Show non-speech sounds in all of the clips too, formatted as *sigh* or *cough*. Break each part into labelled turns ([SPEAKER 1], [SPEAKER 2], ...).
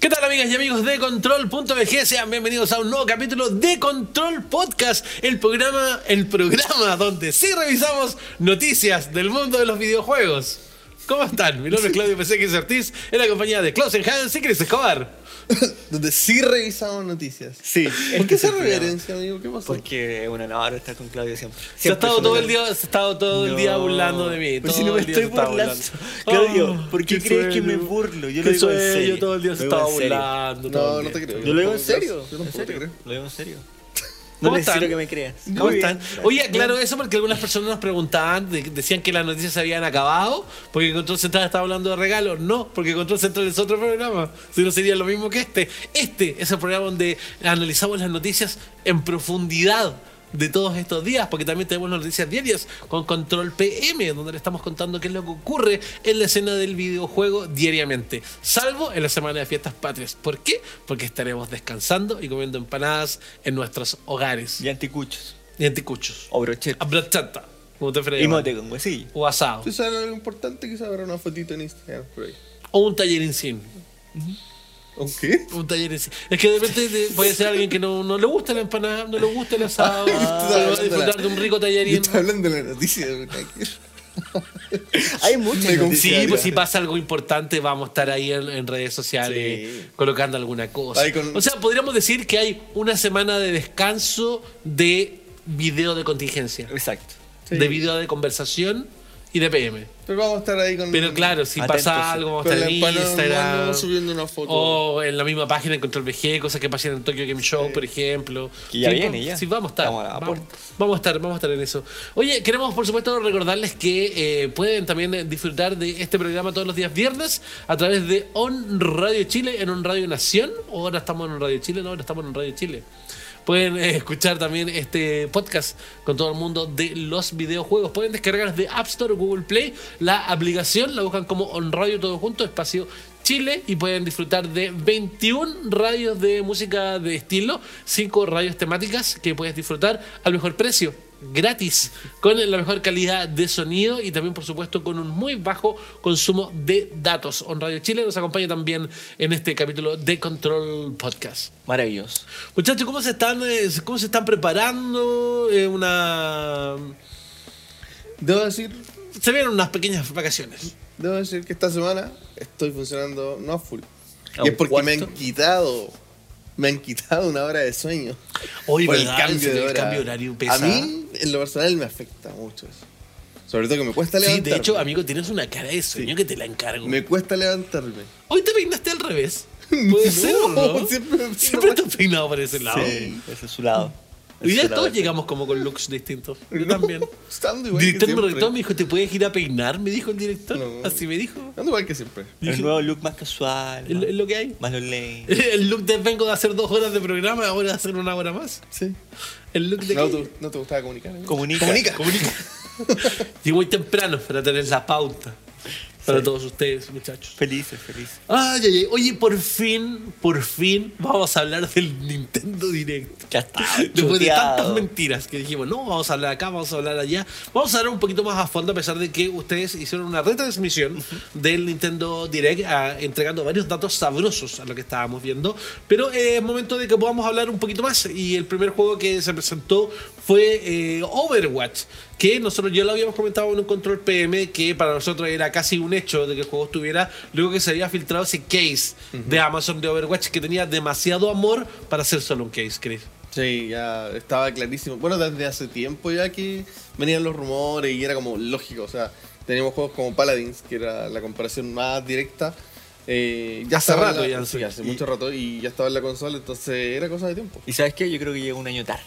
[SPEAKER 1] ¿Qué tal amigas y amigos de Control.bg? Sean bienvenidos a un nuevo capítulo de Control Podcast, el programa, el programa donde sí revisamos noticias del mundo de los videojuegos. ¿Cómo están? Mi nombre es Claudio Pesequis Ortiz, en la compañía de Klaus Hans y Chris Escobar.
[SPEAKER 2] *coughs* Donde sí revisamos noticias.
[SPEAKER 3] *laughs* Sí.
[SPEAKER 2] ¿Por qué esa
[SPEAKER 3] este es el programa.
[SPEAKER 2] reverencia, amigo? ¿Qué pasó?
[SPEAKER 3] Porque es un honor estar con Claudio siempre.
[SPEAKER 1] Se ha
[SPEAKER 3] Siempre es
[SPEAKER 1] estado
[SPEAKER 3] un
[SPEAKER 1] todo
[SPEAKER 3] honor.
[SPEAKER 1] el día, se ha estado todo el día
[SPEAKER 3] No.
[SPEAKER 1] burlando de mí.
[SPEAKER 3] Pero
[SPEAKER 1] todo
[SPEAKER 3] si no me
[SPEAKER 1] el día
[SPEAKER 3] estoy
[SPEAKER 1] se estaba
[SPEAKER 3] burlando.
[SPEAKER 1] burlando.
[SPEAKER 3] Claudio,
[SPEAKER 1] Oh,
[SPEAKER 3] ¿por qué
[SPEAKER 1] qué
[SPEAKER 3] crees que me
[SPEAKER 1] sueño.
[SPEAKER 3] burlo? Yo lo
[SPEAKER 1] Qué
[SPEAKER 3] digo en
[SPEAKER 1] sueño,
[SPEAKER 3] serio.
[SPEAKER 1] todo el día se
[SPEAKER 3] Lo digo
[SPEAKER 1] estaba
[SPEAKER 3] en serio.
[SPEAKER 1] burlando. todo
[SPEAKER 2] No,
[SPEAKER 1] el
[SPEAKER 2] no te
[SPEAKER 1] día.
[SPEAKER 2] creo.
[SPEAKER 3] Yo lo digo en serio.
[SPEAKER 2] Yo tampoco te creo.
[SPEAKER 3] Lo digo en serio. No
[SPEAKER 1] ¿Cómo
[SPEAKER 3] necesito
[SPEAKER 1] están?
[SPEAKER 3] que me creas.
[SPEAKER 1] ¿Cómo están? Oye, aclaro eso porque algunas personas nos preguntaban, de- decían que las noticias se habían acabado, porque Control Central estaba hablando de regalos. No, porque Control Central es otro programa, si no sería lo mismo que este. Este es el programa donde analizamos las noticias en profundidad de todos estos días, porque también tenemos las noticias diarias con Control PM, donde le estamos contando qué es lo que ocurre en la escena del videojuego diariamente, salvo en la semana de fiestas patrias. ¿Por qué? Porque estaremos descansando y comiendo empanadas en nuestros hogares.
[SPEAKER 3] Y anticuchos. Ah,
[SPEAKER 1] Y anticuchos.
[SPEAKER 3] O brochetas.
[SPEAKER 1] Abrachata, como te
[SPEAKER 3] Y
[SPEAKER 1] fregas.
[SPEAKER 3] mote con huesillo.
[SPEAKER 1] O asado.
[SPEAKER 2] Si saben algo importante, quizás habrá una fotito en Instagram por ahí.
[SPEAKER 1] O un taller sin.
[SPEAKER 2] ¿O *laughs* qué?
[SPEAKER 1] Un taller sin. Es que de repente te- puede ser alguien que no, no le gusta la empanada, no le gusta el
[SPEAKER 2] *laughs*
[SPEAKER 1] asado.
[SPEAKER 2] Ah,
[SPEAKER 1] pero va a
[SPEAKER 2] está bien,
[SPEAKER 1] disfrutar
[SPEAKER 2] está
[SPEAKER 1] de un rico
[SPEAKER 2] Yo
[SPEAKER 1] tallerín.
[SPEAKER 2] estaba hablando de la noticia. de verdad que-
[SPEAKER 3] Hay muchas
[SPEAKER 2] Me
[SPEAKER 3] noticias.
[SPEAKER 1] Sí,
[SPEAKER 2] Sí,
[SPEAKER 1] pues
[SPEAKER 2] ya.
[SPEAKER 1] si pasa algo importante, vamos a estar ahí en, en redes sociales
[SPEAKER 3] Sí.
[SPEAKER 1] colocando alguna cosa.
[SPEAKER 2] Ahí con-
[SPEAKER 1] O sea, podríamos decir que hay una semana de descanso de video de contingencia,
[SPEAKER 3] Exacto.
[SPEAKER 2] Sí.
[SPEAKER 1] de video de conversación y de PM.
[SPEAKER 2] Pero vamos a estar ahí con.
[SPEAKER 1] Pero claro, si
[SPEAKER 3] Atentos,
[SPEAKER 1] pasa algo, vamos a estar en
[SPEAKER 2] Con la empanada en Oh.
[SPEAKER 1] Instagram.
[SPEAKER 2] mano, subiendo una foto.
[SPEAKER 1] O en la misma página de Control VG, cosas que pasan en Tokyo Game Show, por ejemplo.
[SPEAKER 3] Que ya
[SPEAKER 1] Sí,
[SPEAKER 3] viene,
[SPEAKER 1] vamos-
[SPEAKER 3] ya.
[SPEAKER 1] Sí, vamos a estar.
[SPEAKER 3] Estamos a la
[SPEAKER 1] Vamos,
[SPEAKER 3] puerta.
[SPEAKER 1] vamos a estar, vamos a estar en eso. Oye, queremos por supuesto recordarles que eh, pueden también eh, disfrutar de este programa todos los días viernes a través de On Radio Chile, en On Radio Nación. O ahora estamos en On Radio Chile, no, ahora estamos en On Radio Chile. Pueden eh, escuchar también este podcast con todo el mundo de los videojuegos. Pueden descargar de App Store o Google Play la aplicación, la buscan como On Radio todo junto, espacio Chile, y pueden disfrutar de 21 radios de música de estilo, 5 radios temáticas que puedes disfrutar al mejor precio. Gratis, con la mejor calidad de sonido y también, por supuesto, con un muy bajo consumo de datos. On Radio Chile nos acompaña también en este capítulo de Control Podcast.
[SPEAKER 3] Maravilloso.
[SPEAKER 1] Muchachos, ¿cómo se están, eh, cómo se están preparando? Eh, una...
[SPEAKER 2] Debo decir.
[SPEAKER 1] Se vienen unas pequeñas vacaciones.
[SPEAKER 2] Debo decir que esta semana estoy funcionando no a full.
[SPEAKER 3] ¿A
[SPEAKER 2] Y es
[SPEAKER 3] un
[SPEAKER 2] porque me han
[SPEAKER 3] cuarto?
[SPEAKER 2] quitado. Me han quitado una hora de sueño.
[SPEAKER 1] Hoy,
[SPEAKER 2] por el
[SPEAKER 1] ¿verdad?
[SPEAKER 2] cambio de
[SPEAKER 1] El
[SPEAKER 2] hora.
[SPEAKER 1] cambio de horario pesa.
[SPEAKER 2] A mí, en lo personal, me afecta mucho eso. Sobre todo que me cuesta
[SPEAKER 1] Sí,
[SPEAKER 2] levantarme.
[SPEAKER 1] de hecho, amigo, tienes una cara de sueño que te la encargo.
[SPEAKER 2] Me cuesta levantarme.
[SPEAKER 1] Hoy te peinaste al
[SPEAKER 2] *laughs*
[SPEAKER 1] revés. Puede ser, ¿o no?
[SPEAKER 2] Siempre me peino
[SPEAKER 1] Siempre
[SPEAKER 2] mal.
[SPEAKER 1] te has peinado por ese lado.
[SPEAKER 3] Sí, ese es su
[SPEAKER 2] Mm.
[SPEAKER 3] lado.
[SPEAKER 1] Hoy
[SPEAKER 3] Ese
[SPEAKER 1] día
[SPEAKER 3] es su lado.
[SPEAKER 1] todos llegamos como con looks
[SPEAKER 2] *laughs*
[SPEAKER 1] distintos. Yo también.
[SPEAKER 2] Estando
[SPEAKER 1] El
[SPEAKER 2] igual
[SPEAKER 1] director,
[SPEAKER 2] que
[SPEAKER 1] me
[SPEAKER 2] siempre.
[SPEAKER 1] rectó, me dijo, ¿te puedes ir a peinar? Me dijo el director.
[SPEAKER 2] No.
[SPEAKER 1] Así me dijo.
[SPEAKER 2] Estando igual que siempre.
[SPEAKER 3] Es
[SPEAKER 1] Dije-
[SPEAKER 3] un nuevo look más casual.
[SPEAKER 1] Es lo- es lo que hay. *laughs*
[SPEAKER 3] Más los lanes.
[SPEAKER 1] El look de vengo de hacer dos horas de programa, ahora de hacer una hora más.
[SPEAKER 2] Sí.
[SPEAKER 1] El look de
[SPEAKER 2] No,
[SPEAKER 1] que-
[SPEAKER 2] te- no te gustaba comunicar. amigo?
[SPEAKER 3] Comunica.
[SPEAKER 2] Comunica.
[SPEAKER 1] Comunica.
[SPEAKER 2] *laughs*
[SPEAKER 1] Y muy temprano para tener la pauta. Para todos ustedes, muchachos.
[SPEAKER 3] Felices, felices.
[SPEAKER 1] Ay, ay, ay. Oye, por fin, por fin vamos a hablar del Nintendo Direct.
[SPEAKER 3] Ya *laughs* está.
[SPEAKER 1] Después de
[SPEAKER 3] chuteado.
[SPEAKER 1] tantas mentiras que dijimos, no, vamos a hablar acá, vamos a hablar allá. Vamos a hablar un poquito más a fondo, a pesar de que ustedes hicieron una retransmisión del Nintendo Direct, ah, entregando varios datos sabrosos a lo que estábamos viendo. Pero eh, es momento de que podamos hablar un poquito más. Y el primer juego que se presentó fue eh, Overwatch, que nosotros ya lo habíamos comentado en un control PM, que para nosotros era casi un hecho de que el juego estuviera, luego que se había filtrado ese case de Amazon de Overwatch, que tenía demasiado amor para ser solo un case, Chris.
[SPEAKER 2] Sí, ya estaba clarísimo. Bueno, desde hace tiempo ya que venían los rumores y era como lógico. O sea, teníamos juegos como Paladins, que era la comparación más directa. eh, ya
[SPEAKER 1] Hace
[SPEAKER 2] estaba en
[SPEAKER 1] rato
[SPEAKER 2] la-
[SPEAKER 1] ya, sí.
[SPEAKER 2] sí, hace
[SPEAKER 3] Y-
[SPEAKER 2] mucho rato y ya estaba en la consola, entonces era cosa de tiempo.
[SPEAKER 3] ¿Y sabes qué? Yo creo que llegó un año tarde.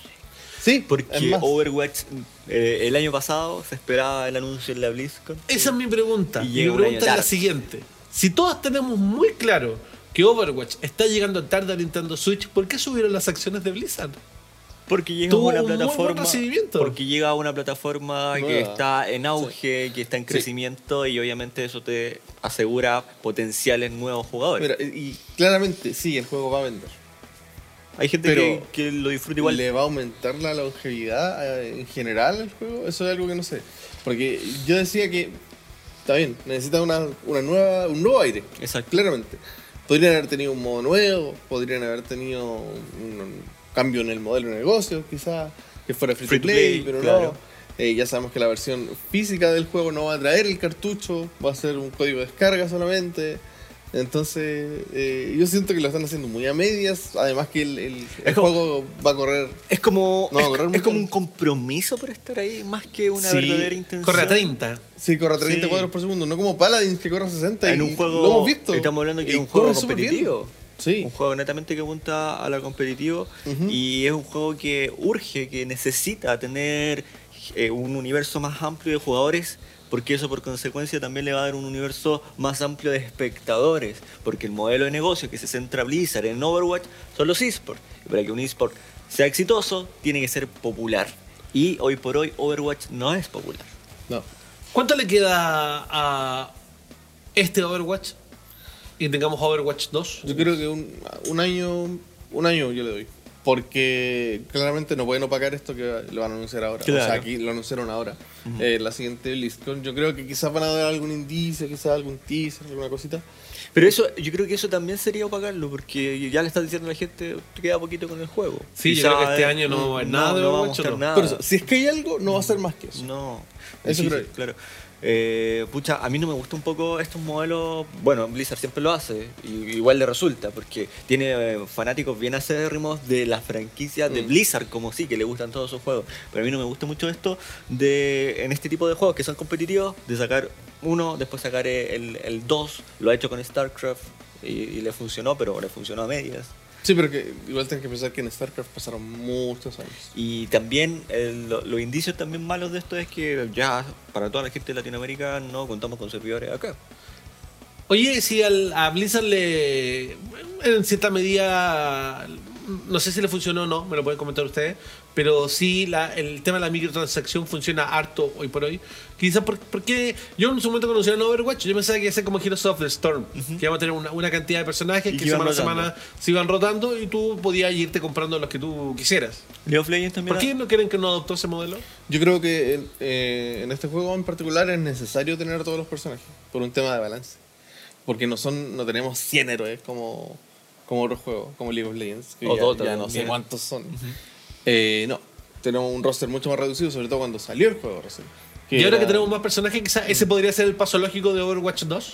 [SPEAKER 2] Sí, es
[SPEAKER 3] Porque
[SPEAKER 2] más,
[SPEAKER 3] Overwatch eh, el año pasado se esperaba el anuncio en la BlizzCon.
[SPEAKER 1] Esa es mi pregunta.
[SPEAKER 3] Y
[SPEAKER 1] Mi
[SPEAKER 3] llega un año
[SPEAKER 1] pregunta es la
[SPEAKER 3] tarde.
[SPEAKER 1] siguiente. Si todos tenemos muy claro que Overwatch está llegando tarde a Nintendo Switch, ¿por qué subieron las acciones de Blizzard?
[SPEAKER 3] Porque llega
[SPEAKER 1] Tuvo
[SPEAKER 3] una
[SPEAKER 1] un muy buen
[SPEAKER 3] plataforma.
[SPEAKER 1] recibimiento.
[SPEAKER 3] Porque llega a una plataforma que
[SPEAKER 2] Nueva.
[SPEAKER 3] está en auge, que está en crecimiento y obviamente eso te asegura potenciales nuevos jugadores.
[SPEAKER 2] mira, y claramente, sí, el juego va a vender.
[SPEAKER 3] Hay gente
[SPEAKER 2] pero
[SPEAKER 3] que, que lo disfruta igual.
[SPEAKER 2] ¿Le va a aumentar la longevidad eh, en general al juego? Eso es algo que no sé. Porque yo decía que, está bien, necesita una, una nueva, un nuevo aire,
[SPEAKER 3] Exacto.
[SPEAKER 2] claramente. Podrían haber tenido un modo nuevo, podrían haber tenido un, un cambio en el modelo de negocio, quizás, que fuera free,
[SPEAKER 3] Free
[SPEAKER 2] to
[SPEAKER 3] to
[SPEAKER 2] play,
[SPEAKER 3] play,
[SPEAKER 2] pero
[SPEAKER 3] claro.
[SPEAKER 2] no. Eh, ya sabemos que la versión física del juego no va a traer el cartucho, va a ser un código de descarga solamente. Entonces, eh, yo siento que lo están haciendo muy a medias. Además, que el, el- el
[SPEAKER 3] como-
[SPEAKER 2] juego va a correr
[SPEAKER 3] Es como,
[SPEAKER 2] No,
[SPEAKER 3] es,
[SPEAKER 2] correr
[SPEAKER 3] es
[SPEAKER 2] muy
[SPEAKER 3] como
[SPEAKER 2] bien.
[SPEAKER 3] un compromiso por estar ahí, más que una
[SPEAKER 2] Sí,
[SPEAKER 3] verdadera intención.
[SPEAKER 1] Corre a 30.
[SPEAKER 2] Sí, corre a 30
[SPEAKER 3] Sí.
[SPEAKER 2] cuadros por segundo, no como Paladins que corre a 60.
[SPEAKER 3] en
[SPEAKER 2] y
[SPEAKER 3] un juego,
[SPEAKER 2] Lo hemos visto.
[SPEAKER 3] Estamos hablando que
[SPEAKER 2] Y
[SPEAKER 3] es un juego
[SPEAKER 2] corre súper bien.
[SPEAKER 3] competitivo.
[SPEAKER 2] Sí.
[SPEAKER 3] Un juego netamente que apunta a lo competitivo
[SPEAKER 2] Ujú.
[SPEAKER 3] y es un juego que urge, que necesita tener eh, un universo más amplio de jugadores, porque eso por consecuencia también le va a dar un universo más amplio de espectadores, porque el modelo de negocio que se centra Blizzard en Overwatch son los esports. Y para que un esport sea exitoso, tiene que ser popular. Y hoy por hoy Overwatch no es popular.
[SPEAKER 2] No.
[SPEAKER 1] ¿Cuánto le queda a este Overwatch? Y tengamos Overwatch 2.
[SPEAKER 2] Yo creo que un, un año un año yo le doy. Porque claramente no pueden opacar esto que lo van a anunciar ahora. O sea,
[SPEAKER 3] Claro.
[SPEAKER 2] aquí lo anunciaron ahora. Eh, la siguiente BlizzCon. Yo creo que quizás van a dar algún indicio, quizás algún teaser, alguna cosita.
[SPEAKER 3] Pero eso, yo creo que eso también sería opacarlo, porque ya le estás diciendo a la gente, te queda poquito con el juego.
[SPEAKER 1] Sí, yo
[SPEAKER 3] Quizá,
[SPEAKER 1] creo que este
[SPEAKER 3] eh,
[SPEAKER 1] año no va a haber nada de
[SPEAKER 3] no va a
[SPEAKER 1] Overwatch,
[SPEAKER 3] mostrar
[SPEAKER 1] ¿o no?
[SPEAKER 3] nada.
[SPEAKER 2] Por eso, si es que hay algo, no va a ser más que eso.
[SPEAKER 3] Ah. No.
[SPEAKER 2] Eso
[SPEAKER 3] Difícil,
[SPEAKER 2] creo.
[SPEAKER 3] claro. Eh, pucha, a mí no me gusta un poco estos modelos. Bueno, Blizzard siempre lo hace, y igual le resulta, porque tiene eh, fanáticos bien acérrimos de las franquicias de
[SPEAKER 2] Mm.
[SPEAKER 3] Blizzard, como sí, que le gustan todos sus juegos. Pero a mí no me gusta mucho esto de en este tipo de juegos que son competitivos, de sacar uno, después sacar eh, el el dos. lo ha hecho con StarCraft y, y le funcionó, pero le funcionó a medias.
[SPEAKER 2] Sí, pero que igual tienen que pensar que en StarCraft pasaron muchos años.
[SPEAKER 3] Y también el- lo- los indicios también malos de esto es que ya para toda la gente de Latinoamérica no contamos con servidores acá.
[SPEAKER 1] Oye, si al, a Blizzard le. En cierta medida. No sé si le funcionó o no, me lo pueden comentar ustedes. Pero sí, la- el tema de la microtransacción funciona harto hoy por hoy. Quizás por- porque yo en su momento cuando anunciaron Overwatch, yo pensaba que iba a ser como Heroes of the Storm. Que íbamos a tener una, una cantidad de personajes
[SPEAKER 3] Y
[SPEAKER 1] que
[SPEAKER 3] que iban
[SPEAKER 1] semana a
[SPEAKER 3] rotando.
[SPEAKER 1] semana se iban rotando y tú podías irte comprando los que tú quisieras.
[SPEAKER 3] League of Legends también.
[SPEAKER 1] ¿Por qué no quieren que no adoptó ese modelo?
[SPEAKER 2] Yo creo que en, eh, en este juego en particular es necesario tener a todos los personajes por un tema de balance. Porque no son no tenemos 100 héroes como, como otros juegos, como League of Legends, que
[SPEAKER 3] O
[SPEAKER 2] ya,
[SPEAKER 3] Dota
[SPEAKER 2] ya no sé
[SPEAKER 3] también.
[SPEAKER 2] cuántos son. Eh, no, tenemos un roster mucho más reducido, sobre todo cuando salió el juego recién.
[SPEAKER 1] Y ahora
[SPEAKER 2] era-
[SPEAKER 1] que tenemos más personajes, quizás ese podría ser el paso lógico de Overwatch 2.
[SPEAKER 3] Pu-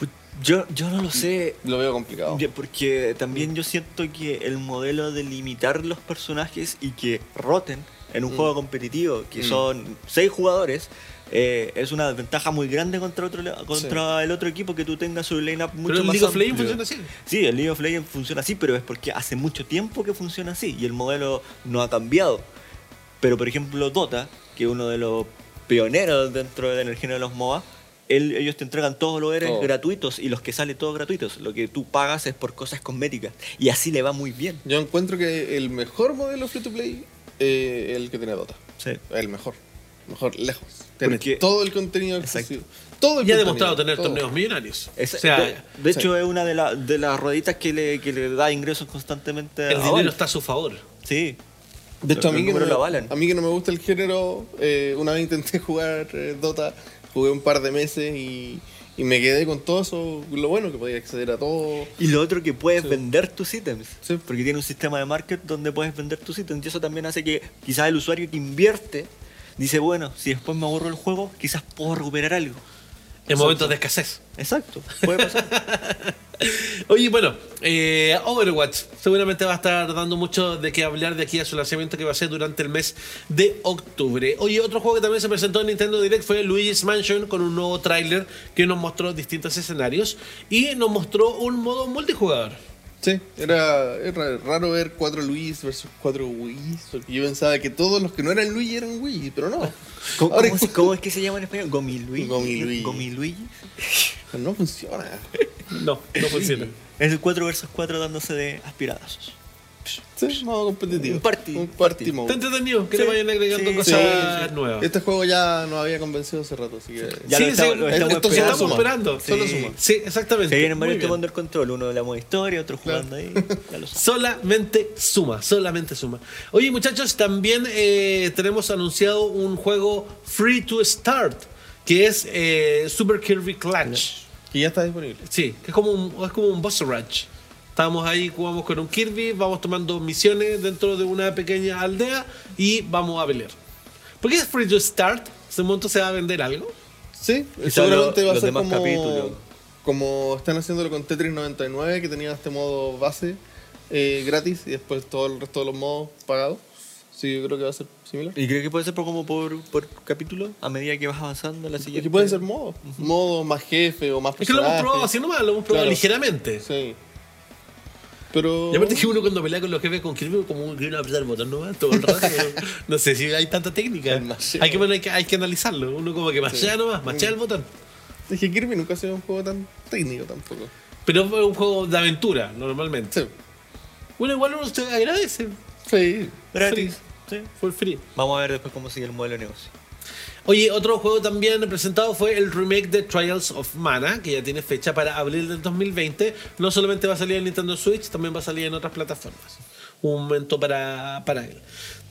[SPEAKER 3] Pues, Yo, yo no lo sé.
[SPEAKER 2] Lo veo complicado.
[SPEAKER 3] Ya, Porque también yo siento que el modelo de limitar los personajes y que roten en un juego competitivo, que
[SPEAKER 2] Mm.
[SPEAKER 3] son seis jugadores, eh, es una desventaja muy grande contra otro le- contra el otro equipo que tú tengas su lineup mucho
[SPEAKER 1] Pero el
[SPEAKER 3] más
[SPEAKER 1] League of Legends
[SPEAKER 3] amplio.
[SPEAKER 1] funciona así.
[SPEAKER 3] Sí, el League of Legends funciona así, pero es porque hace mucho tiempo que funciona así y el modelo no ha cambiado. Pero por ejemplo Dota, que es uno de los pioneros dentro del género de los MOA, él- ellos te entregan todos los héroes
[SPEAKER 2] Todo.
[SPEAKER 3] gratuitos y los que salen todos gratuitos. Lo que tú pagas es por cosas cosméticas y así le va muy bien.
[SPEAKER 2] Yo encuentro que el mejor modelo free to play eh, el que tiene Dota. El mejor. Mejor, lejos. Tiene
[SPEAKER 3] Porque-
[SPEAKER 2] todo el contenido
[SPEAKER 3] Exacto.
[SPEAKER 2] exclusivo. Todo el
[SPEAKER 1] Y ha
[SPEAKER 2] contenido,
[SPEAKER 1] demostrado tener
[SPEAKER 2] todo.
[SPEAKER 1] torneos millonarios.
[SPEAKER 3] Oh. Es-
[SPEAKER 1] o sea,
[SPEAKER 3] de, de hecho es una de, la- de las rueditas que le, que le da ingresos constantemente
[SPEAKER 1] el
[SPEAKER 3] a
[SPEAKER 1] dinero
[SPEAKER 3] Valve.
[SPEAKER 1] está a su favor.
[SPEAKER 3] Sí.
[SPEAKER 2] De hecho, a
[SPEAKER 3] Los
[SPEAKER 2] mí, que no,
[SPEAKER 3] números lo avalan.
[SPEAKER 2] a mí que no me gusta el género, eh, una vez intenté *laughs* jugar eh, Dota, jugué un par de meses y, y me quedé con todo eso, lo bueno que podía acceder a todo.
[SPEAKER 3] Y lo otro que puedes
[SPEAKER 2] Sí.
[SPEAKER 3] vender tus ítems.
[SPEAKER 2] Sí.
[SPEAKER 3] Porque tiene un sistema de market donde puedes vender tus ítems. Y eso también hace que quizás el usuario que invierte dice, bueno, si después me aburro el juego, quizás puedo recuperar algo.
[SPEAKER 1] En momentos de escasez.
[SPEAKER 3] Exacto. Puede pasar.
[SPEAKER 1] Oye, bueno, eh, Overwatch seguramente va a estar dando mucho de qué hablar de aquí a su lanzamiento que va a ser durante el mes de octubre. Oye, otro juego que también se presentó en Nintendo Direct fue Luigi's Mansion con un nuevo tráiler que nos mostró distintos escenarios y nos mostró un modo multijugador.
[SPEAKER 2] Sí, era, era raro ver cuatro Luis versus cuatro Wii, porque yo pensaba que todos los que no eran Luis eran Wii, pero no.
[SPEAKER 3] *laughs* ¿Cómo,
[SPEAKER 2] Ahora-
[SPEAKER 3] cómo es, cómo es que se llama en español? Gomiluigi.
[SPEAKER 2] Gomiluigi.
[SPEAKER 3] Gomiluigi.
[SPEAKER 2] *laughs* No funciona.
[SPEAKER 1] No, no *laughs* funciona.
[SPEAKER 3] Es el 4 versus 4 dándose de aspiradazos.
[SPEAKER 2] Sí, modo competitivo.
[SPEAKER 3] Un party.
[SPEAKER 2] Un party mode.
[SPEAKER 1] Está entretenido que
[SPEAKER 3] Sí,
[SPEAKER 1] le vayan agregando
[SPEAKER 3] sí,
[SPEAKER 1] cosas
[SPEAKER 2] sí.
[SPEAKER 1] nuevas.
[SPEAKER 2] Este juego ya nos había convencido hace rato, así que...
[SPEAKER 3] Ya
[SPEAKER 1] Sí,
[SPEAKER 3] lo, estamos-
[SPEAKER 1] sí,
[SPEAKER 3] lo estamos
[SPEAKER 2] entonces
[SPEAKER 3] esperando.
[SPEAKER 1] Estamos
[SPEAKER 2] suma.
[SPEAKER 1] esperando.
[SPEAKER 2] Solo
[SPEAKER 1] Sí.
[SPEAKER 2] suma.
[SPEAKER 1] Sí, exactamente.
[SPEAKER 3] Se vienen varios
[SPEAKER 1] Muy bien.
[SPEAKER 3] tomando el control. Uno de la modo historia, otro jugando ahí. Ya lo sabes.
[SPEAKER 1] Solamente suma, solamente suma. Oye muchachos, también eh, tenemos anunciado un juego free to start, que es eh, Super Kirby Clash.
[SPEAKER 2] Que ya está disponible.
[SPEAKER 1] Sí, que es como un, es como un boss rush. Estábamos ahí, jugamos con un Kirby, vamos tomando misiones dentro de una pequeña aldea y vamos a pelear. ¿Por qué es Free to Start? ¿Se monto se va a vender algo?
[SPEAKER 2] Sí,
[SPEAKER 3] Quizá
[SPEAKER 2] seguramente
[SPEAKER 3] lo-
[SPEAKER 2] va a
[SPEAKER 3] los
[SPEAKER 2] ser
[SPEAKER 3] demás
[SPEAKER 2] como,
[SPEAKER 3] capítulos.
[SPEAKER 2] como están haciéndolo con Tetris 99, que tenía este modo base eh, gratis y después todo el resto de los modos pagados. Sí, yo creo que va a ser similar.
[SPEAKER 3] ¿Y creo que puede ser por, como por, por capítulo? A medida que vas avanzando en la
[SPEAKER 2] Y
[SPEAKER 3] siguiente.
[SPEAKER 2] que pueden ser modos, modos más jefe o más
[SPEAKER 1] Es que lo
[SPEAKER 2] personajes.
[SPEAKER 1] hemos probado así nomás, lo hemos probado
[SPEAKER 2] Claro.
[SPEAKER 1] ligeramente.
[SPEAKER 2] Sí. Pero...
[SPEAKER 1] Y aparte que uno cuando pelea con los jefes con Kirby como que uno apretar el botón nomás todo el rato. no sé si hay tanta técnica.
[SPEAKER 2] Demasiado.
[SPEAKER 1] Hay que, hay, que, hay que analizarlo. Uno como que machea nomás, machea el botón.
[SPEAKER 2] Es que Kirby nunca ha sido un juego tan técnico tampoco.
[SPEAKER 1] Pero es un juego de aventura, normalmente.
[SPEAKER 2] Sí.
[SPEAKER 1] Bueno, igual uno se agradece.
[SPEAKER 2] Sí.
[SPEAKER 3] Gratis. Sí.
[SPEAKER 1] Fue free.
[SPEAKER 3] Vamos a ver después cómo sigue el modelo de negocio.
[SPEAKER 1] Oye, otro juego también presentado fue el remake de Trials of Mana, que ya tiene fecha para abril del 2020. No solamente va a salir en Nintendo Switch, también va a salir en otras plataformas. Un momento para, para él.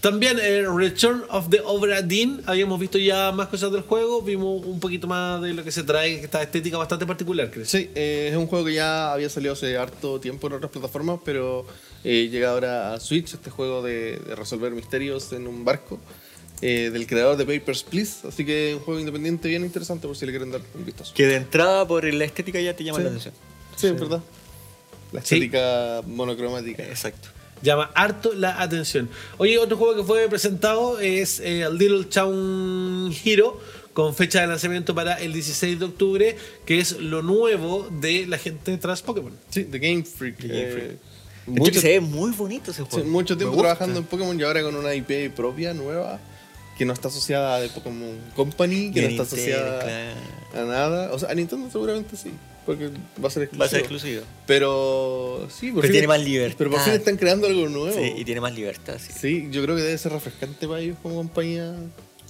[SPEAKER 1] También el Return of the Obra Dinn. Habíamos visto ya más cosas del juego, vimos un poquito más de lo que se trae, que está estética bastante particular, ¿crees?
[SPEAKER 2] Sí, eh, es un juego que ya había salido hace harto tiempo en otras plataformas, pero eh, llega ahora a Switch, este juego de, de resolver misterios en un barco eh, del creador de Papers, Please. Así que un juego independiente bien interesante por si le quieren dar un vistazo.
[SPEAKER 3] Que de entrada por la estética ya te llama
[SPEAKER 2] Sí.
[SPEAKER 3] la atención.
[SPEAKER 2] Sí, es verdad. La
[SPEAKER 1] Sí.
[SPEAKER 2] estética monocromática.
[SPEAKER 3] Exacto.
[SPEAKER 1] Llama harto la atención. Oye, otro juego que fue presentado es eh, Little Town Hero, con fecha de lanzamiento para el 16 de octubre, que es lo nuevo de la gente tras Pokémon.
[SPEAKER 2] Sí, The Game Freak.
[SPEAKER 3] The Game
[SPEAKER 2] eh,
[SPEAKER 3] Freak. De hecho, que
[SPEAKER 2] mucho,
[SPEAKER 3] se ve muy bonito ese
[SPEAKER 2] sí,
[SPEAKER 3] juego.
[SPEAKER 2] mucho
[SPEAKER 3] Me
[SPEAKER 2] tiempo
[SPEAKER 3] gusta.
[SPEAKER 2] trabajando en Pokémon y ahora con una IP propia, nueva, que no está asociada a The Pokémon Company, que
[SPEAKER 3] Y
[SPEAKER 2] no
[SPEAKER 3] en
[SPEAKER 2] está
[SPEAKER 3] Nintendo,
[SPEAKER 2] asociada...
[SPEAKER 3] claro.
[SPEAKER 2] A nada. O sea, a Nintendo seguramente sí. Porque va a ser exclusivo.
[SPEAKER 3] Va a ser exclusivo.
[SPEAKER 2] Pero sí, por
[SPEAKER 3] Pero
[SPEAKER 2] fin-
[SPEAKER 3] tiene más libertad.
[SPEAKER 2] Pero por fin están creando algo nuevo.
[SPEAKER 3] Sí,
[SPEAKER 2] Sí,
[SPEAKER 3] y tiene más libertad. Sí.
[SPEAKER 2] yo creo que debe ser refrescante para ellos como compañía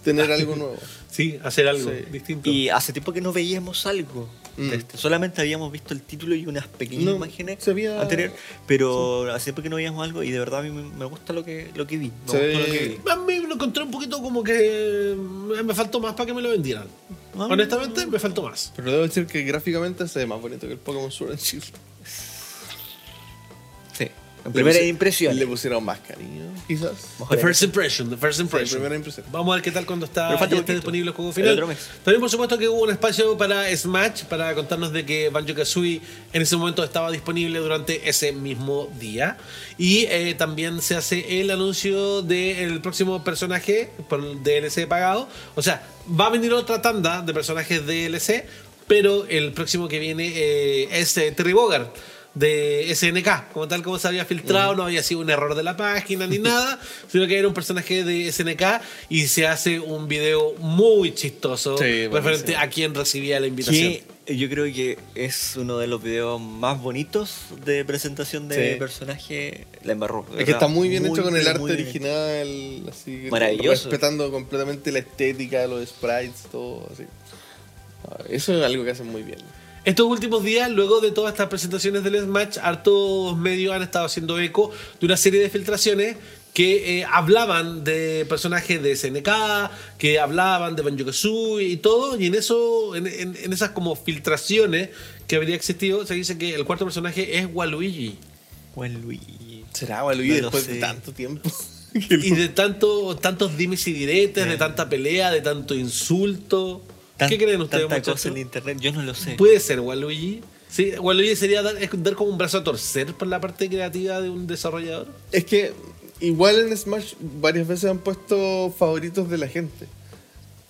[SPEAKER 2] tener
[SPEAKER 3] *laughs*
[SPEAKER 2] algo nuevo.
[SPEAKER 1] Sí, hacer algo
[SPEAKER 2] Sí.
[SPEAKER 1] distinto.
[SPEAKER 3] Y hace tiempo que no veíamos algo.
[SPEAKER 2] Mm.
[SPEAKER 3] de esto. Solamente habíamos visto el título y unas pequeñas
[SPEAKER 2] No,
[SPEAKER 3] imágenes
[SPEAKER 2] se veía-
[SPEAKER 3] anteriores. Pero hace tiempo que no veíamos algo y de verdad a mí me me gusta lo que, lo que vi. Me
[SPEAKER 2] Se
[SPEAKER 3] gustó
[SPEAKER 2] ve-
[SPEAKER 3] lo que vi.
[SPEAKER 1] A mí me lo encontré un poquito como que eh, me faltó más para que me lo vendieran.
[SPEAKER 3] Ah.
[SPEAKER 1] Honestamente, me faltó más.
[SPEAKER 2] Pero debo decir que gráficamente se ve más bonito que el Pokémon Sword and Shield.
[SPEAKER 3] Sí. En
[SPEAKER 2] Le
[SPEAKER 3] primera
[SPEAKER 2] pusi-
[SPEAKER 3] impresión.
[SPEAKER 2] Le pusieron más cariño, quizás.
[SPEAKER 1] The first impression, the first impression.
[SPEAKER 2] Sí, primera impresión.
[SPEAKER 1] Vamos a ver qué tal cuando está
[SPEAKER 3] Pero falta
[SPEAKER 1] ya esté
[SPEAKER 3] poquito.
[SPEAKER 1] disponible el juego
[SPEAKER 3] El
[SPEAKER 1] final.
[SPEAKER 3] otro mes.
[SPEAKER 1] También por supuesto que hubo un espacio para Smash para contarnos de que Banjo Kazooie en ese momento estaba disponible durante ese mismo día y eh, también se hace el anuncio del próximo personaje por el DLC pagado. O sea, va a venir otra tanda de personajes DLC, pero el próximo que viene eh, es eh, Terry Bogard de SNK, como tal como se había filtrado, no había sido un error de la página ni nada, *laughs* sino que era un personaje de SNK y se hace un video muy chistoso
[SPEAKER 2] Sí,
[SPEAKER 1] referente
[SPEAKER 2] buenísimo.
[SPEAKER 1] a quien recibía la invitación.
[SPEAKER 3] Que yo creo que es uno de los videos más bonitos de presentación de
[SPEAKER 2] Sí.
[SPEAKER 3] personaje. La embarró.
[SPEAKER 2] Es
[SPEAKER 3] de
[SPEAKER 2] que
[SPEAKER 3] verdad.
[SPEAKER 2] está muy bien hecho con el
[SPEAKER 3] pero
[SPEAKER 2] arte
[SPEAKER 3] muy bien
[SPEAKER 2] original, así
[SPEAKER 3] Maravilloso.
[SPEAKER 2] respetando completamente la estética, los sprites, todo así. Ah, Eso es algo que hacen muy bien.
[SPEAKER 1] Estos últimos días, luego de todas estas presentaciones del Smash, hartos medios han estado haciendo eco de una serie de filtraciones que eh, hablaban de personajes de SNK, que hablaban de Banjo Kazooie y todo, y en eso, en, en- en esas como filtraciones que habría existido, se dice que el cuarto personaje es Waluigi.
[SPEAKER 3] hecho. Juan Luis.
[SPEAKER 2] Será Waluigi
[SPEAKER 3] No lo
[SPEAKER 2] después
[SPEAKER 3] sé.
[SPEAKER 2] de tanto
[SPEAKER 3] *laughs*
[SPEAKER 2] tiempo.
[SPEAKER 1] Y de tanto, tantos dimes y diretes, de tanta pelea, de tanto insulto.
[SPEAKER 3] Tan-
[SPEAKER 1] ¿Qué creen ustedes,
[SPEAKER 3] Tanta cosa en
[SPEAKER 1] muchachos?
[SPEAKER 3] internet, yo no lo sé.
[SPEAKER 1] Puede ser Waluigi. Sí, Waluigi sería dar, es dar como un brazo a torcer por la parte creativa de un desarrollador.
[SPEAKER 2] es que igual en Smash varias veces han puesto favoritos de la gente.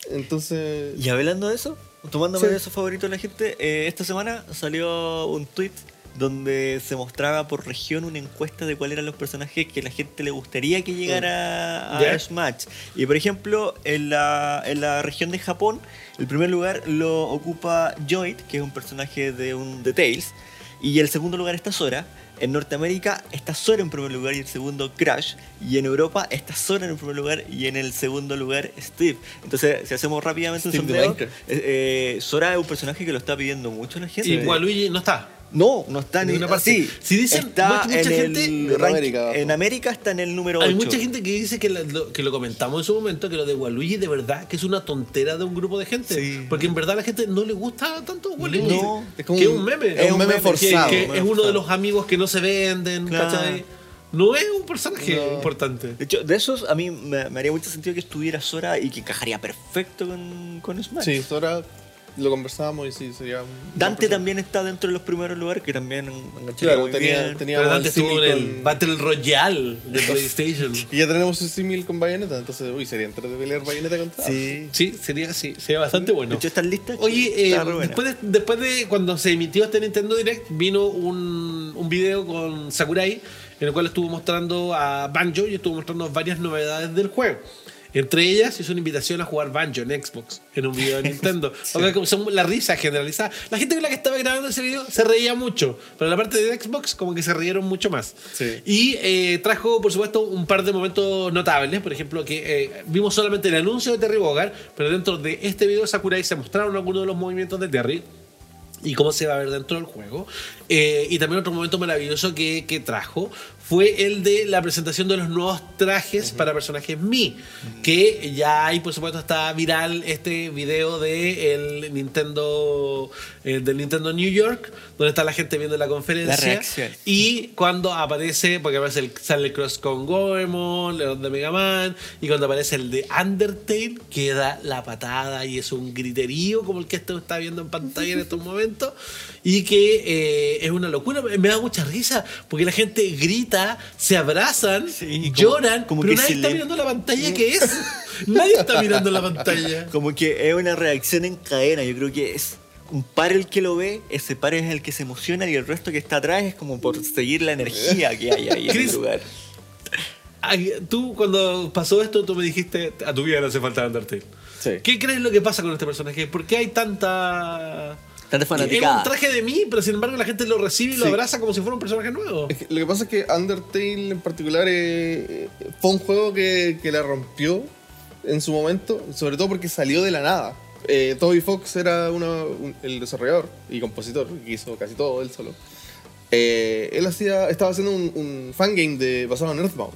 [SPEAKER 2] Entonces,
[SPEAKER 3] Y hablando de eso, tomándome
[SPEAKER 2] Eh, Sí.
[SPEAKER 3] de esos favoritos de la gente, eh, esta semana salió un tweet donde se mostraba por región una encuesta de cuáles eran los personajes que la gente le gustaría que llegara a,
[SPEAKER 1] Ya.
[SPEAKER 3] Smash. Y por ejemplo, en la, en la región de Japón, el primer lugar lo ocupa Joid, que es un personaje de, un, de Tails, y el segundo lugar está Sora. En Norteamérica está Sora en primer lugar y en segundo Crash. Y en Europa está Sora en el primer lugar y en el segundo lugar Steve. Entonces, si hacemos rápidamente un
[SPEAKER 2] Steve de
[SPEAKER 3] sondeo,
[SPEAKER 2] Minecraft.
[SPEAKER 3] eh, eh, Sora es un personaje que lo está pidiendo mucho la gente.
[SPEAKER 1] Y Waluigi no está.
[SPEAKER 3] No, no está
[SPEAKER 1] En
[SPEAKER 3] en
[SPEAKER 1] ninguna parte.
[SPEAKER 3] Sí,
[SPEAKER 1] Si dicen,
[SPEAKER 3] está
[SPEAKER 1] mucha- mucha
[SPEAKER 3] en
[SPEAKER 1] gente-
[SPEAKER 3] el
[SPEAKER 2] En
[SPEAKER 3] ranking-
[SPEAKER 2] América, abajo.
[SPEAKER 3] en América está en el número 8.
[SPEAKER 1] Hay mucha gente que dice que la- lo, que lo comentamos en su momento, que lo de Waluigi de verdad que es una tontera de un grupo de gente.
[SPEAKER 3] Sí.
[SPEAKER 1] Porque en verdad a la gente no le gusta tanto Waluigi.
[SPEAKER 3] No,
[SPEAKER 2] es como
[SPEAKER 1] que es
[SPEAKER 2] un-
[SPEAKER 1] un meme.
[SPEAKER 2] es un meme
[SPEAKER 1] que-
[SPEAKER 2] forzado,
[SPEAKER 1] Que,
[SPEAKER 2] un
[SPEAKER 3] meme
[SPEAKER 1] es uno de
[SPEAKER 3] forzado.
[SPEAKER 1] los amigos que no se venden,
[SPEAKER 3] Claro.
[SPEAKER 1] ¿cachai? No es un personaje
[SPEAKER 2] No.
[SPEAKER 1] importante.
[SPEAKER 3] De hecho, de esos a mí me, me haría mucho sentido que estuviera Sora y que encajaría perfecto con, con Smash.
[SPEAKER 2] Sí, ahora lo conversábamos y sí, sería. un-
[SPEAKER 3] Dante también está dentro de los primeros lugares, que también engancharía
[SPEAKER 2] Claro,
[SPEAKER 3] muy
[SPEAKER 2] tenía,
[SPEAKER 3] bien.
[SPEAKER 1] Pero
[SPEAKER 2] teníamos
[SPEAKER 1] antes
[SPEAKER 2] el
[SPEAKER 1] estuvo en
[SPEAKER 2] símil
[SPEAKER 1] el
[SPEAKER 2] con-
[SPEAKER 1] Battle Royale de PlayStation.
[SPEAKER 2] Y ya tenemos un símil con Bayonetta, entonces, uy, sería entre de pelear Bayonetta contra.
[SPEAKER 3] Sí.
[SPEAKER 1] Sí, sería así, sería bastante bueno.
[SPEAKER 3] De hecho, estas listas.
[SPEAKER 1] Oye, eh,
[SPEAKER 3] está re buena.
[SPEAKER 1] después, de, después de cuando se emitió este Nintendo Direct, vino un, un video con Sakurai en el cual estuvo mostrando a Banjo y estuvo mostrando varias novedades del juego. Entre ellas hizo una invitación a jugar Banjo en Xbox, en un
[SPEAKER 3] *laughs*
[SPEAKER 1] video de Nintendo. O sea, como son la risa generalizada. La gente con la que estaba grabando ese video se reía mucho, pero la parte de Xbox como que se rieron mucho más.
[SPEAKER 2] Sí.
[SPEAKER 1] Y eh, trajo, por supuesto, un par de momentos notables. Por ejemplo, que eh, vimos solamente el anuncio de Terry Bogard, pero dentro de este video Sakurai se mostraron algunos de los movimientos de Terry y cómo se va a ver dentro del juego. Eh, y también otro momento maravilloso que, que trajo fue el de la presentación de los nuevos trajes para personajes Mi, que ya hay, por supuesto, está viral este video de el Nintendo, eh, del Nintendo New York, donde está la gente viendo la conferencia.
[SPEAKER 3] reacción.
[SPEAKER 1] Y cuando aparece, porque aparece el, sale el Cross con Goemon, el de Mega Man, y cuando aparece el de Undertale, queda la patada y es un griterío como el que esto está viendo en pantalla en estos momentos. Y que eh, es una locura, me me da mucha risa, porque la gente grita, se abrazan,
[SPEAKER 3] Sí, como-
[SPEAKER 1] lloran,
[SPEAKER 3] como
[SPEAKER 1] pero
[SPEAKER 3] que
[SPEAKER 1] nadie
[SPEAKER 3] se
[SPEAKER 1] está
[SPEAKER 3] le-
[SPEAKER 1] mirando la pantalla que es. nadie está mirando la
[SPEAKER 3] *laughs*
[SPEAKER 1] pantalla.
[SPEAKER 3] Como que es una reacción en cadena. Yo creo que es un par el que lo ve, ese par es el que se emociona y el resto que está atrás es como por seguir la energía que hay ahí en el
[SPEAKER 1] Chris.
[SPEAKER 3] lugar.
[SPEAKER 1] Ay, Tú, cuando pasó esto, tú me dijiste, a tu vida no hace falta Undertale.
[SPEAKER 2] Sí.
[SPEAKER 1] ¿Qué crees lo que pasa con este personaje? ¿Por qué hay tanta...
[SPEAKER 3] Tanta
[SPEAKER 1] Es un
[SPEAKER 3] fanaticada.
[SPEAKER 1] traje de mí, pero sin embargo la gente lo recibe y lo
[SPEAKER 2] Sí.
[SPEAKER 1] abraza como si fuera un personaje nuevo.
[SPEAKER 2] Es que Lo que pasa es que Undertale en particular eh, eh, fue un juego que, que la rompió en su momento, sobre todo porque salió de la nada. Eh, Toby Fox era uno, un- el desarrollador y compositor, que hizo casi todo él solo. Eh, él hacía, estaba haciendo un, un fangame de, basado en Earthbound.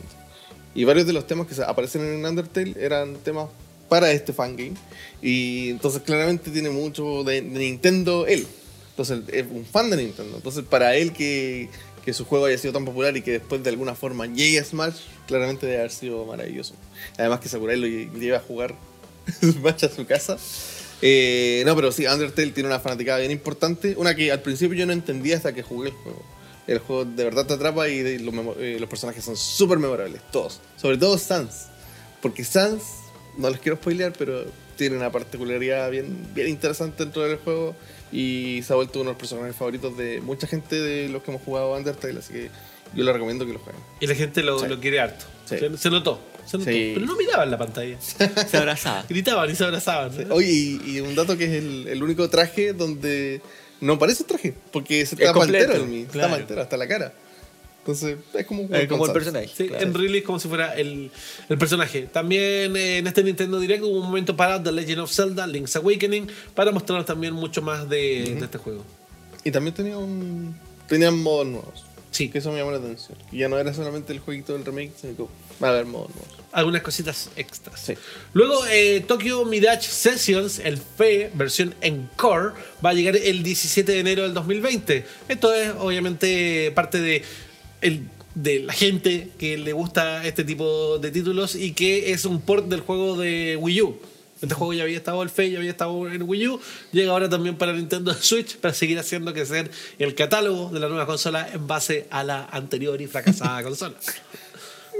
[SPEAKER 2] Y varios de los temas que se- aparecen en Undertale eran temas para este fangame. Y entonces claramente tiene mucho de, de Nintendo él. Entonces es un fan de Nintendo. Entonces para él que, que su juego haya sido tan popular y que después de alguna forma llegue a Smash, claramente debe haber sido maravilloso. Además que Sakurai lo lle- lleva a jugar *laughs* Smash a su casa. Eh, no, pero sí, Undertale tiene una fanaticada bien importante. Una que al principio yo no entendía hasta que jugué el juego. El juego de verdad te atrapa y de- los, memo- eh, los personajes son súper memorables, todos. Sobre todo Sans. Porque Sans, no les quiero spoilear, pero tiene una particularidad bien, bien interesante dentro del juego. Y se ha vuelto uno de los personajes favoritos de mucha gente de los que hemos jugado Undertale. Así que yo les recomiendo que lo jueguen.
[SPEAKER 1] Y la gente lo,
[SPEAKER 2] Sí.
[SPEAKER 1] lo quiere harto. Se,
[SPEAKER 2] Sí.
[SPEAKER 1] se notó. Se notó.
[SPEAKER 2] Sí.
[SPEAKER 1] Pero no miraban la pantalla.
[SPEAKER 3] Se abrazaba.
[SPEAKER 1] Gritaban y se abrazaban.
[SPEAKER 3] Ah.
[SPEAKER 1] ¿no?
[SPEAKER 2] Oye, y, y un dato que es el, el único traje donde no parece traje, porque se
[SPEAKER 3] Es
[SPEAKER 2] tapa
[SPEAKER 3] completo,
[SPEAKER 2] entero el mi, se
[SPEAKER 3] claro.
[SPEAKER 2] tapa entero hasta la cara. Entonces, es como un
[SPEAKER 3] Eh, como el
[SPEAKER 2] concepto.
[SPEAKER 3] personaje.
[SPEAKER 1] Sí,
[SPEAKER 3] claro.
[SPEAKER 1] En release como si fuera el, el personaje. También eh, en este Nintendo Direct hubo un momento para The Legend of Zelda, Link's Awakening, para mostrarnos también mucho más de, de este juego.
[SPEAKER 2] Y también tenía un, tenían modos nuevos.
[SPEAKER 1] Sí.
[SPEAKER 2] Que eso me llamó la atención. Y ya no era solamente el jueguito del remake, sino que va a haber modos nuevos.
[SPEAKER 1] algunas cositas extras.
[SPEAKER 2] Sí.
[SPEAKER 1] Luego, eh, Tokyo Mirage Sessions, el FE, versión Encore, va a llegar el 17 de enero del 2020. Esto es obviamente parte de, el- de la gente que le gusta este tipo de títulos y que es un port del juego de Wii U. Este juego ya había estado el FE, ya había estado en Wii U, llega ahora también para Nintendo *laughs* Switch para seguir haciendo crecer el catálogo de la nueva consola en base a la anterior y fracasada *laughs* consola.
[SPEAKER 2] Así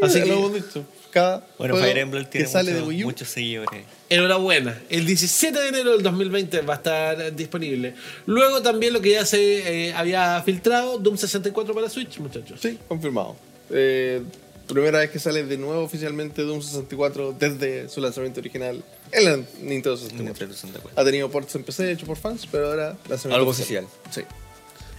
[SPEAKER 1] Así
[SPEAKER 2] que
[SPEAKER 1] que-
[SPEAKER 2] lo hemos dicho. Cada
[SPEAKER 3] Bueno,
[SPEAKER 2] juego
[SPEAKER 3] Fire Emblem tiene
[SPEAKER 2] que sale de
[SPEAKER 3] muchos-
[SPEAKER 2] Wii U.
[SPEAKER 3] muchos seguidores.
[SPEAKER 1] Enhorabuena. El 17 de enero del 2020 va a estar disponible. Luego también lo que ya se eh, había filtrado, Doom 64 para Switch, muchachos.
[SPEAKER 2] Sí, confirmado. Eh, primera vez que sale de nuevo oficialmente Doom 64 desde su lanzamiento original en la Nintendo 64.
[SPEAKER 3] Nintendo 64.
[SPEAKER 2] Ha tenido ports en PC hecho por fans, pero ahora la semana
[SPEAKER 3] Algo
[SPEAKER 2] oficial. Sí.